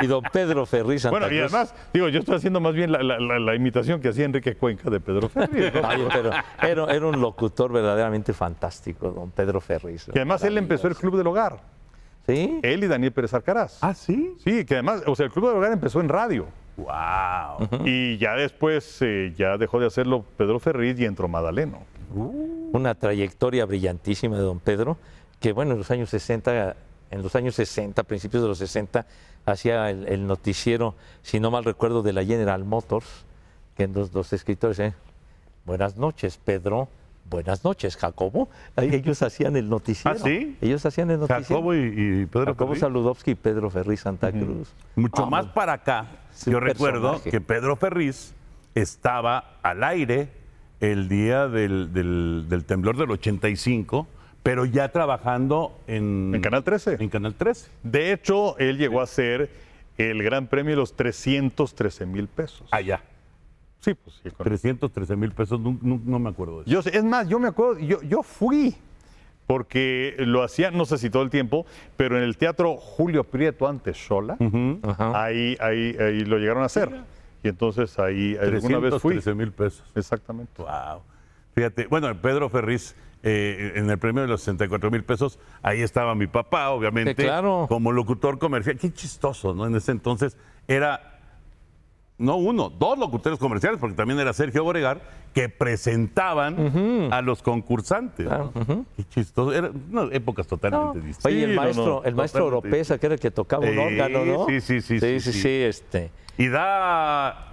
D: y don Pedro Ferri Santa
C: Bueno, y
D: Cruz.
C: además, digo, yo estoy haciendo más bien la, la- la- la imitación que hacía Enrique Cuenca de Pedro Ferri. ¿no?
D: Oye, pero era, era un locutor verdaderamente fantástico, don Pedro Ferris.
C: Que además él empezó el Club del Hogar,
D: Sí,
C: él y Daniel Pérez Alcaraz.
B: Ah, sí.
C: Sí, que además, o sea, el Club del Hogar empezó en radio
B: Wow.
C: y ya después eh, ya dejó de hacerlo Pedro Ferriz y entró Madaleno.
D: una trayectoria brillantísima de don Pedro, que bueno, en los años 60, en los años 60, principios de los 60, hacía el, el noticiero, si no mal recuerdo, de la General Motors, que en los, los escritores, ¿eh? buenas noches, Pedro. Buenas noches, Jacobo. Ahí Ellos hacían el noticiero.
B: ¿Ah, sí?
D: Ellos hacían el noticiero.
B: Jacobo y, y Pedro
D: Jacobo
B: Ferri.
D: Saludowski y Pedro Ferri Santa Cruz.
B: Mucho
C: Ah,
B: más para acá,
D: es un
B: yo recuerdo
D: personaje.
B: que Pedro Ferriz estaba al aire el día del, del- del temblor del 85, pero ya trabajando en,
C: En Canal 13.
B: En Canal 13.
C: De hecho, él llegó a ser el Gran Premio de los 313 mil pesos.
B: Allá.
C: Sí, pues sí. con-
B: 313 mil pesos, nun- nun- no, me acuerdo de eso.
C: Yo sé- es más, yo me acuerdo, yo, yo fui, porque lo hacían, no sé si todo el tiempo, pero en el teatro Julio Prieto antes sola,
B: Ah.
D: Ajá.
C: ahí, ahí, ahí lo llegaron a hacer. Y entonces ahí alguna vez fui.
B: 313 mil pesos.
C: Exactamente.
B: Wow. Fíjate, bueno, Pedro Ferriz, eh, en el premio de los 64 mil pesos, ahí estaba mi papá, obviamente.
D: Sí, claro.
B: Como locutor comercial. Qué chistoso, ¿no? En ese entonces era, no uno, dos locutores comerciales, porque también era Sergio Boregar, que presentaban a los concursantes. ¿no? Qué chistoso. Eran unas épocas totalmente distintas.
D: Oye,
C: no,
D: el
C: no,
D: maestro, el maestro
B: totalmente.
D: Oropesa, que era el que tocaba un
B: Sí,
D: órgano, ¿no?
B: sí, sí, sí,
D: Sí,
B: sí,
D: sí,
B: sí.
D: sí, este.
B: Y da.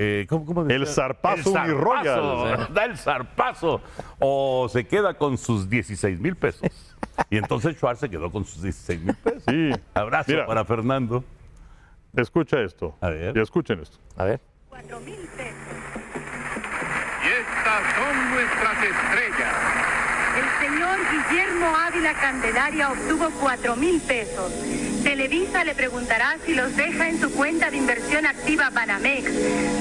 B: eh, ¿cómo, cómo decía?
C: El zarpazo
B: El
C: Uniroyal.
B: zarpazo, Da el zarpazo. O se queda con sus 16 mil pesos. Y entonces Schwarz se quedó con sus 16 mil pesos.
C: Sí.
B: Abrazo
C: Mira.
B: para Fernando.
C: Escucha esto.
B: A ver.
C: Y escuchen esto.
D: A ver.
F: Y estas son nuestras estrellas.
G: El señor Guillermo Ávila Candelaria obtuvo 4 mil pesos. Televisa le preguntará si los deja en su cuenta de inversión activa Banamex,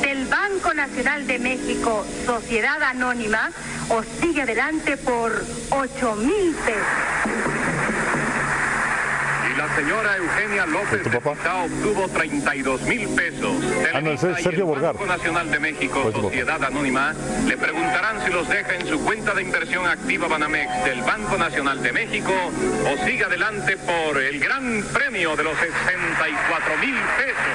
G: del Banco Nacional de México, Sociedad Anónima, o sigue adelante por 8 mil pesos.
F: Y la señora Eugenia López
C: ¿Tu
F: de
C: papá?
F: Quintá obtuvo 32 mil pesos.
C: Ah, no, ese es
F: Televisa y
C: Sergio
F: el
C: Borgar.
F: Banco Nacional de México,
C: Pues, papá.
F: Sociedad Anónima, le preguntarán si los deja en su cuenta de inversión activa Banamex del Banco Nacional de México o sigue adelante por el gran premio de los 64 mil pesos.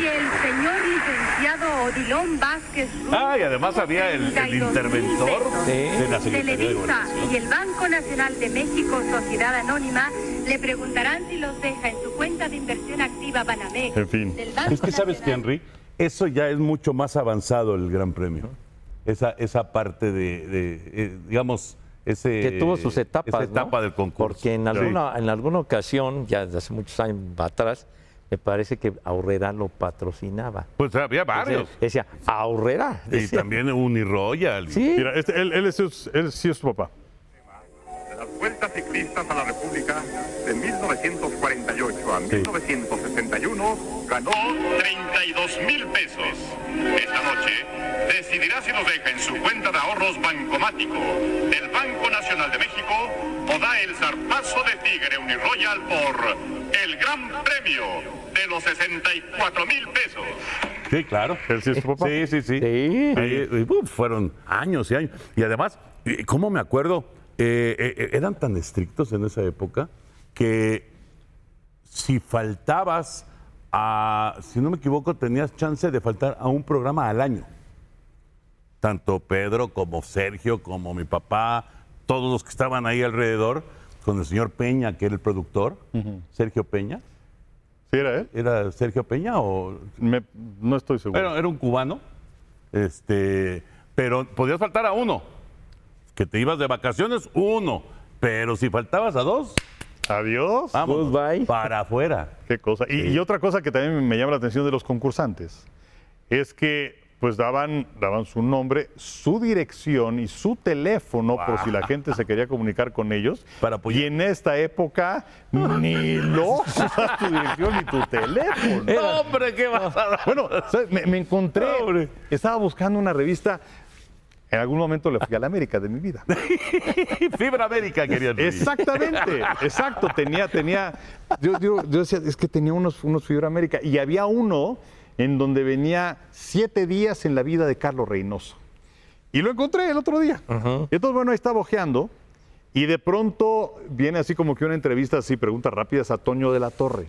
G: Y el señor licenciado Odilón Vázquez. Ruiz
B: Ah, y además
G: obtuvo
B: había el, el
G: 32,000
B: interventor
G: pesos.
B: de la Secretaría de
G: Televisa
B: Gobernación.
G: y el Banco Nacional de México, Sociedad Anónima, le preguntarán si los deja en su cuenta de inversión activa Banamex.
C: En fin.
G: del Banco
B: Es que sabes que,
G: Nacional
B: Henry, eso ya es mucho más avanzado el Gran Premio. Esa, esa parte de, de, eh, digamos, ese.
D: que tuvo sus etapas.
B: eh, Esa etapa
D: ¿no?
B: del concurso.
D: Porque en
B: Sí.
D: alguna, en alguna ocasión, ya desde hace muchos años atrás, me parece que Aurrera lo patrocinaba.
B: Pues había varios.
D: Decía, Aurrera.
B: Y
D: decía.
B: también Uniroyal.
D: Sí,
C: Mira, este, él, él es su- él sí es su papá.
F: De las vueltas ciclistas a la República de 1948 a 1961 ganó 32 mil pesos. Esta noche decidirá si los deja en su cuenta de ahorros bancomático del Banco Nacional de México o da el zarpazo de Tigre Uniroyal por el gran premio de los 64 mil pesos.
B: Sí, claro.
C: Él sí es su papá.
B: Sí, sí, sí.
D: Sí.
B: Ahí, y, uf, fueron años y años. Y además, eh, ¿cómo me acuerdo? Eh, eh, eh, eran tan estrictos en esa época que si faltabas a, si no me equivoco, tenías chance de faltar a un programa al año. Tanto Pedro como Sergio, como mi papá, todos los que estaban ahí alrededor, con el señor Peña, que era el productor, Sergio Peña.
C: Sí, era él.
B: ¿Era Sergio Peña o
C: Me- no estoy seguro.
B: era, era un cubano. Este, pero podías faltar a uno. Que te ibas de vacaciones, uno. Pero si faltabas a dos,
C: Adiós.
B: vamos.
D: Goodbye.
B: Para afuera.
C: Qué cosa. Y, y otra cosa que también me llama la atención de los concursantes es que pues daban, daban su nombre, su dirección y su teléfono por si la gente se quería comunicar con ellos.
B: Para apoyar.
C: Y en esta época ni loco das tu dirección ni tu teléfono.
B: ¡No, hombre, qué vas a dar!
C: Bueno, ¿sabes? me, me encontré,
B: Hombre.
C: estaba buscando una revista, en algún momento le fui a la América de mi vida.
B: Fibra América querían.
C: Exactamente, exacto. Tenía, tenía. Yo, yo- yo decía, es que tenía unos, unos Fibra América. Y había uno en donde venía siete días en la vida de Carlos Reynoso. Y lo encontré el otro día. Entonces, bueno, ahí estaba ojeando. Y de pronto viene así como que una entrevista, así, preguntas rápidas a Toño de la Torre.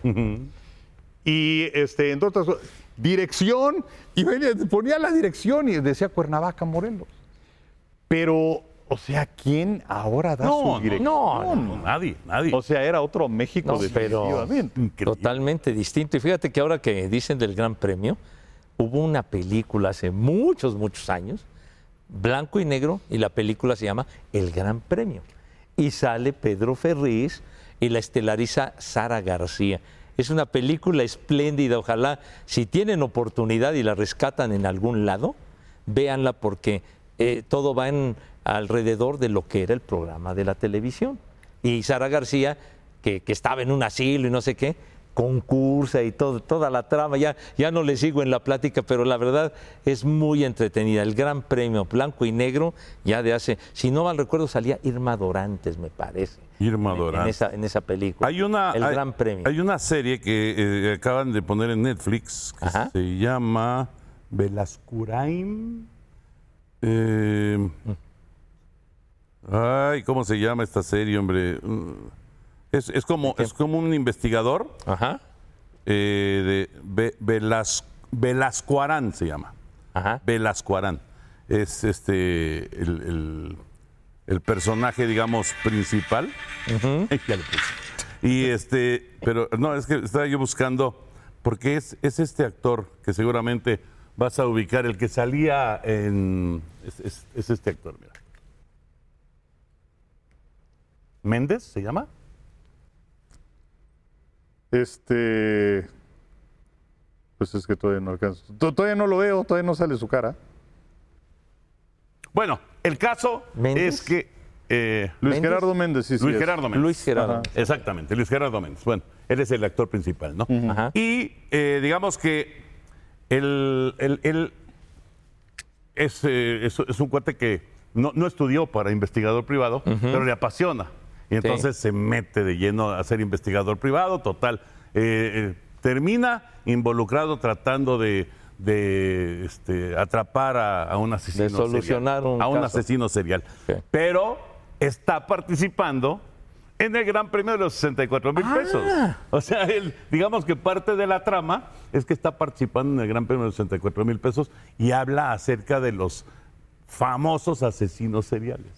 C: Y este, entre otras cosas, dirección, y venía- ponía la dirección y decía Cuernavaca, Morelos. Pero, o sea, ¿quién ahora da
B: No,
C: su
B: no,
C: dirección?
B: no, no, nadie, nadie.
C: O sea, era otro México
D: No, pero
C: definitivamente.
D: totalmente distinto. Y fíjate que ahora que dicen del Gran Premio, hubo una película hace muchos, muchos años, blanco y negro, y la película se llama El Gran Premio. Y sale Pedro Ferriz y la estelariza Sara García. Es una película espléndida, ojalá si tienen oportunidad y la rescatan en algún lado, véanla porque eh, todo va en alrededor de lo que era el programa de la televisión. Y Sara García, que, que estaba en un asilo y no sé qué, concursa y todo, toda la trama. Ya, ya no le sigo en la plática, pero la verdad es muy entretenida. El gran premio blanco y negro, ya de hace, si no mal recuerdo, salía Irma Dorantes, me parece.
B: Irma
D: En- En,
B: Dorantes.
D: esa, en esa película.
B: Hay una,
D: El
B: hay-
D: gran premio.
B: Hay una serie que eh, acaban de poner en Netflix que
D: Ajá.
B: se llama Velascurain. Eh, ay, ¿cómo se llama esta serie, hombre? Mm, Es, es como, es como un investigador
D: Ajá,
B: eh, de Ve- Velas- Velascuarán se llama.
D: ajá.
B: Velascuarán. Es este el, el- el personaje, digamos, principal. Ya le puse. Y este, pero no, es que estaba yo buscando, porque es, es este actor que seguramente vas a ubicar, el que salía en. Es, es- es este actor, mira. ¿Méndez se llama?
C: Este. Pues es que todavía no alcanzo. To- Todavía no lo veo, todavía no sale su cara.
B: Bueno, el caso
D: ¿Méndez?
B: es que. eh,
C: Luis
D: ¿Méndez?
C: Gerardo Méndez, sí, sí.
B: Luis
C: es.
B: Gerardo Méndez.
D: Luis Gerardo.
B: Exactamente, Luis Gerardo Méndez. Bueno, él es el actor principal, ¿no?
D: Ajá.
B: Y eh, digamos que él, él- él es, eh, es- es un cuate que no, no estudió para investigador privado, pero le apasiona. Y entonces se mete de lleno a ser investigador privado, total. eh, eh, termina involucrado tratando de, de, este, atrapar a, a un asesino. serial,
D: solucionar un
B: A un
D: caso.
B: asesino serial.
D: Ok.
B: Pero está participando en el Gran Premio de los 64 mil pesos.
D: Ah.
B: O sea, él, digamos que parte de la trama es que está participando en el Gran Premio de los 64 mil pesos y habla acerca de los famosos asesinos seriales.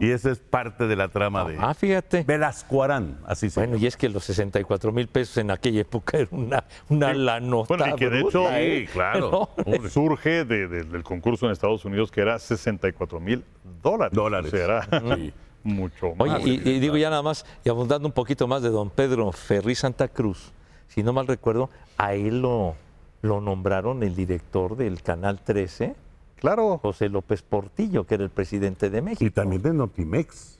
B: Y esa es parte de la trama de
D: Mm. Ah, fíjate.
B: Velascuarán, así se
D: Bueno,
B: llama.
D: y es que los 64 mil pesos en aquella época era una, una lanota.
C: Bueno, y que de
D: bruta,
C: hecho-
D: ¿eh?
B: Sí, claro. Hombre.
C: Surge de- de- del concurso en Estados Unidos que era 64 mil dólares.
B: Dólares.
C: O sea, era
B: Sí.
C: mucho más.
D: Oye, y, y digo ya nada más, y abundando un poquito más de don Pedro Ferri Santa Cruz, si no mal recuerdo, a él lo, lo nombraron el director del Canal 13,
C: Claro.
D: José López Portillo, que era el presidente de
B: Y
D: México.
B: también de Notimex.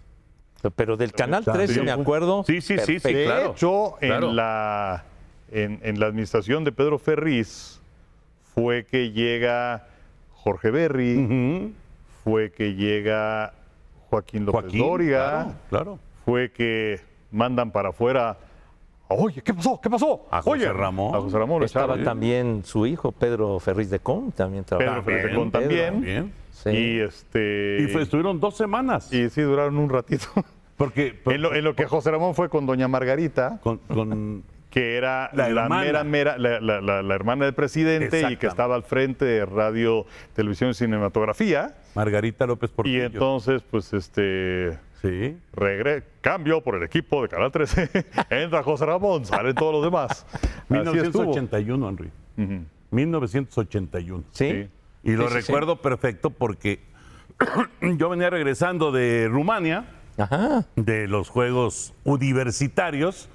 D: Pero del Canal
B: también.
D: 13, me acuerdo.
B: Sí, sí, sí, sí,
D: perfecto.
C: De
B: claro.
C: hecho,
B: claro.
C: en, la, en, en la administración de Pedro Ferriz fue que llega Jorge Berry,
D: Mm.
C: fue que llega Joaquín López
B: Joaquín,
C: Dóriga,
B: claro, claro.
C: fue que mandan para afuera. Oye, ¿qué pasó? ¿Qué pasó?
B: A José
C: Oye,
B: Ramón.
C: A José Ramón. ¿eh? lo
D: Estaba
C: echaron.
D: también su hijo, Pedro Ferriz de Con, también
C: Pedro
D: trabajaba.
C: Ferriz de Con
D: Pedro,
C: también.
B: Bien.
D: sí.
C: Y este.
B: Y fue- estuvieron dos semanas.
C: y sí, duraron un ratito.
B: porque
C: en, lo, en lo que José Ramón fue con Doña Margarita.
B: con- con
C: que era
B: La
C: la,
B: hermana.
C: mera, mera, la, la- la- la hermana del presidente y
B: Exactamente.
C: que estaba al frente de radio, televisión y cinematografía.
B: Margarita López Portillo.
C: Y entonces, pues, este,
B: Sí.
C: regre, cambio por el equipo de Canal 13, entra José Ramón, salen todos los demás. Así estuvo.
B: 1981, Henry. 1981.
D: ¿Sí?
C: sí.
B: Y lo
D: Sí, sí, sí.
B: recuerdo perfecto porque yo venía regresando de Rumania,
D: Ajá.
B: de los Juegos Universitarios,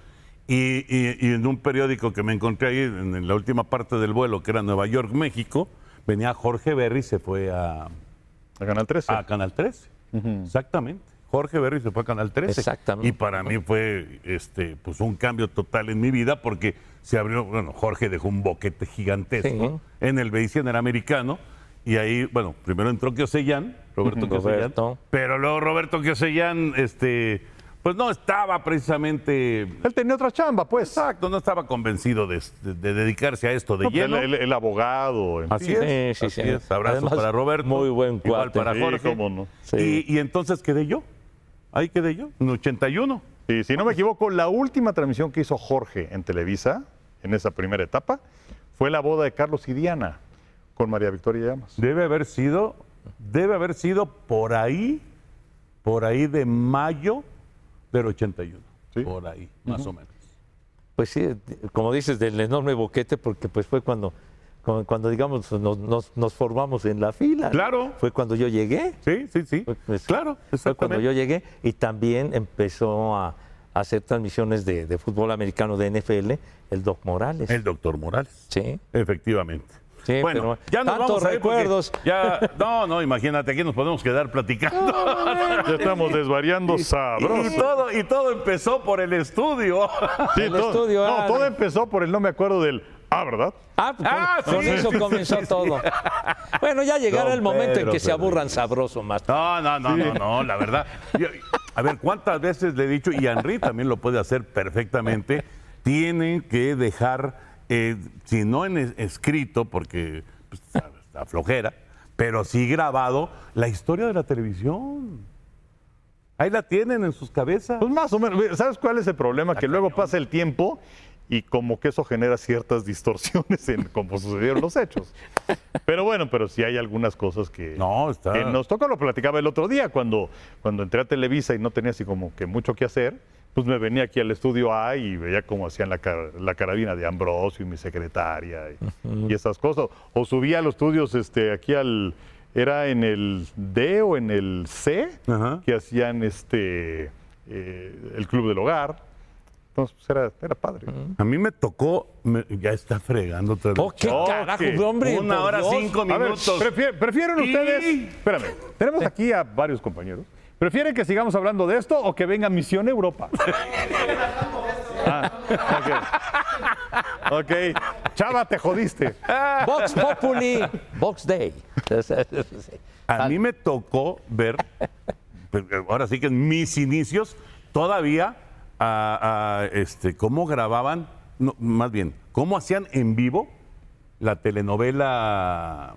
B: y, y- y en un periódico que me encontré ahí en, en la última parte del vuelo, que era Nueva York, México, venía Jorge Berry, se fue a,
C: A Canal 13.
B: a Canal 13. Exactamente. Jorge Berry se fue a Canal 13.
D: Exactamente.
B: Y para mí fue este, pues un cambio total en mi vida porque se abrió, bueno, Jorge dejó un boquete gigantesco en el Bicentenario americano. Y ahí, bueno, primero entró Kiosellán, Roberto
D: Ujú.
B: Kiosellán.
D: Roberto.
B: Pero luego Roberto Kiosellán, este, pues no estaba precisamente.
C: Él tenía otra chamba, pues.
B: Exacto, no estaba convencido de, de- de dedicarse a esto de
C: No,
B: lleno.
C: el, el- el abogado. en
B: Así
C: fin.
B: es.
D: Sí, sí,
B: así
D: sí.
B: es. Abrazo
D: Además,
B: para Roberto.
D: muy buen
B: Igual
D: cuate.
B: para
C: Sí,
B: Jorge.
C: cómo no.
D: Sí.
B: Y, y entonces quedé yo. Ahí quedé yo, en 81.
C: Y si no me equivoco, la última transmisión que hizo Jorge en Televisa, en esa primera etapa, fue la boda de Carlos y Diana con María Victoria Llamas.
B: Debe haber sido, debe haber sido por ahí, por ahí de mayo del 81.
C: Sí.
B: Por ahí, más o menos.
D: Pues sí, como dices, del enorme boquete, porque pues fue cuando, cuando, cuando, digamos, nos, nos- nos formamos en la fila. ¿no?
B: Claro.
D: Fue cuando yo llegué.
B: Sí, sí, sí.
D: Fue- pues,
B: claro,
D: Fue cuando
B: exactamente.
D: yo llegué y también empezó a, a hacer transmisiones de, de fútbol americano de NFL, el Doc Morales.
B: El doctor Morales.
D: Sí.
B: Efectivamente.
D: Sí,
B: bueno,
D: pero
B: ya nos
D: tantos
B: vamos a ir porque
D: recuerdos.
B: Ya, no, no, imagínate aquí nos podemos quedar platicando.
C: Ya estamos desvariando
B: y,
C: sabroso.
B: todo, y todo empezó por el estudio.
C: Sí,
D: El
C: todo,
D: estudio,
C: no,
D: ah,
C: todo
D: no.
C: empezó por el no me acuerdo del. Ah, ¿verdad?
D: Ah, con,
B: Ah,
D: con
B: sí,
D: eso
B: sí, sí,
D: comenzó
B: sí, sí.
D: todo. Bueno, ya llegará
B: Don
D: el momento en
B: Pedro
D: que se aburran sabroso más.
B: No, no, no, no, no, la verdad. Yo- a ver, ¿cuántas veces le he dicho? Y Henry también lo puede hacer perfectamente. Tienen que dejar, eh, si no en es- escrito, porque pues, está- está flojera, pero sí grabado, la historia de la televisión. Ahí la tienen en sus cabezas.
C: Pues más o menos. Ve, ¿Sabes cuál es el problema? Que luego pasa el tiempo y como que eso genera ciertas distorsiones en cómo sucedieron los hechos. Pero bueno, pero sí hay algunas cosas que,
B: No, está-
C: que nos toca. Lo platicaba el otro día cuando, cuando entré a Televisa y no tenía así como que mucho que hacer. Pues me venía aquí al estudio A y veía cómo hacían la, car- la carabina de Ambrosio y mi secretaria y, y esas cosas. O subía a los estudios este, aquí al... Era en el D o en el C
B: Ajá.
C: que hacían este eh, el club del hogar. Entonces pues, era, era padre.
B: A mí me tocó, me- ya está fregando otra vez.
D: Oh, qué
C: Choque.
D: carajo, hombre.
B: Una
D: por
B: hora
D: Dios.
B: cinco
C: A ver,
B: minutos.
C: prefie- ¿prefieren
B: Y-
C: ustedes? Espérame, tenemos aquí a varios compañeros. ¿Prefieren que sigamos hablando de esto o que venga Misión Europa? Ah, ok. Ok. Chava, te jodiste.
D: Vox Populi, Vox Day.
B: A mí me tocó ver, pues, ahora sí que en mis inicios, todavía, a- a, este, cómo grababan, no, más bien, cómo hacían en vivo la telenovela,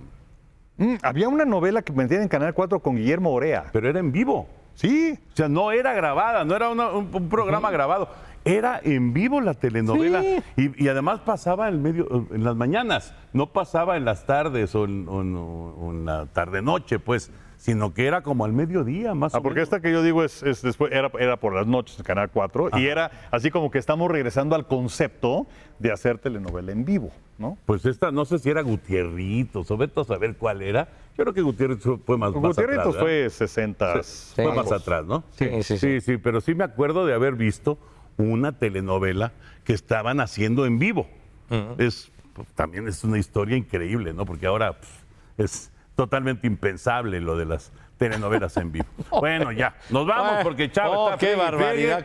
C: Mm, había una novela que vendían en Canal 4 con Guillermo Orea.
B: pero era en vivo.
C: Sí.
B: O sea, no era grabada, no era una- un, un programa grabado. Era en vivo la telenovela. Y, y además pasaba en, medio, en las mañanas, no pasaba en las tardes o en, o en- o en la tarde-noche, pues, sino que era como al mediodía, más
C: Ah,
B: o
C: porque
B: menos.
C: esta que yo digo es, es después, era, era por las noches en Canal 4 y era así como que estamos regresando al concepto de hacer telenovela en vivo, ¿no?
B: Pues esta, no sé si era Gutierritos o vete a saber cuál era. Yo creo que Gutierritos fue más, más atrás.
C: Gutiérrez
B: ¿verdad?
C: fue 60.
B: Fue
D: Sí.
B: más atrás, ¿no?
D: Sí, sí, sí.
B: sí, pero sí me acuerdo de haber visto una telenovela que estaban haciendo en vivo. Es pues, También es una historia increíble, ¿no? Porque ahora pf, es totalmente impensable lo de las telenovelas en vivo. Bueno, ya, nos vamos porque Chava
D: Oh,
B: está
D: qué
B: friegue y
D: barbaridad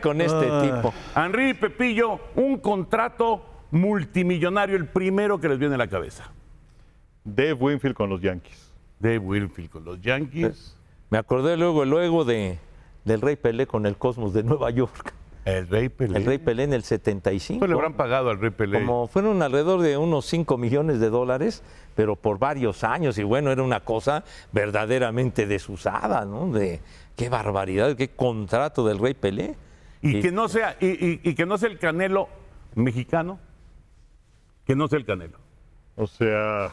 B: friegue.
D: con este tipo.
B: Henry Pepillo, un contrato multimillonario, el primero que les viene a la cabeza.
C: Dave Winfield con los Yankees.
B: De Wilfield con los Yankees.
D: Me acordé luego, luego de, del Rey Pelé con el Cosmos de Nueva York.
B: El Rey Pelé.
D: Eh, El Rey Pelé en el 75.
B: Pues le habrán pagado al Rey Pelé.
D: Como fueron alrededor de unos 5 millones de dólares, pero por varios años, y bueno, era una cosa verdaderamente desusada, ¿no? De qué barbaridad, qué contrato del Rey Pelé.
B: Y
D: Y-
B: que no sea, y, y- y que no sea el canelo mexicano. Que no sea el canelo.
C: O sea,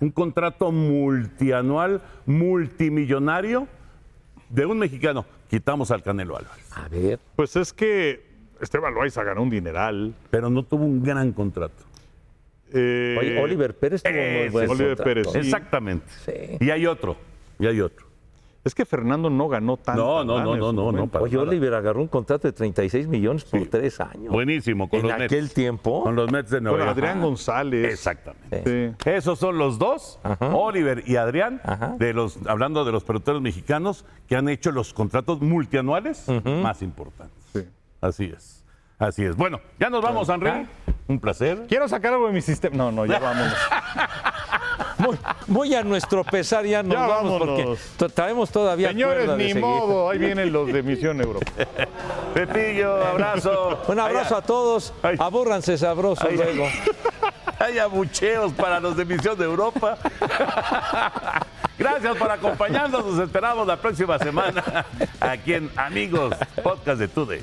B: Un contrato multianual, multimillonario de un mexicano. Quitamos al Canelo Álvarez.
D: A ver,
C: pues es que Esteban Loaiza ganó un dineral.
B: Pero no tuvo un gran contrato.
C: Eh,
D: Oye, Oliver Pérez tuvo muy
B: ese
D: buen
B: es
C: Oliver
D: contrato.
C: Pérez. Sí.
B: Exactamente.
D: Sí.
B: Y hay otro, y hay otro.
C: Es que Fernando no ganó
B: No,
C: tanto.
B: no, no, no, no, no. para
D: Oye,
B: nada.
D: Oliver agarró un contrato de 36 millones por tres años.
B: Buenísimo, con
D: en
B: los
D: aquel
B: Mets.
D: tiempo.
B: Con los Mets de Nueva
C: Bueno,
B: York.
C: Adrián González.
B: Exactamente.
C: Sí.
B: Esos son los dos, Oliver y Adrián,
D: Ajá.
B: de los, hablando de los peloteros mexicanos, que han hecho los contratos multianuales más importantes.
C: Sí.
B: Así es. Así es. Bueno, ya nos vamos, Henry.
D: Ah.
B: Un placer.
C: Quiero sacar algo de mi sistema. No, no, ya vámonos.
D: Muy, muy a nuestro pesar ya nos
C: Ya
D: vamos
C: vámonos.
D: porque to- traemos todavía
C: Señores,
D: cuerda de
C: ni
D: seguir.
C: modo. Ahí vienen los de Misión Europa.
B: Pepillo, abrazo.
D: Un abrazo a todos.
B: Ay.
D: Abórranse sabrosos
B: Ay.
D: luego.
B: Hay abucheos para los de Misión de Europa. Gracias por acompañarnos. Nos esperamos la próxima semana aquí en Amigos Podcast de Tude.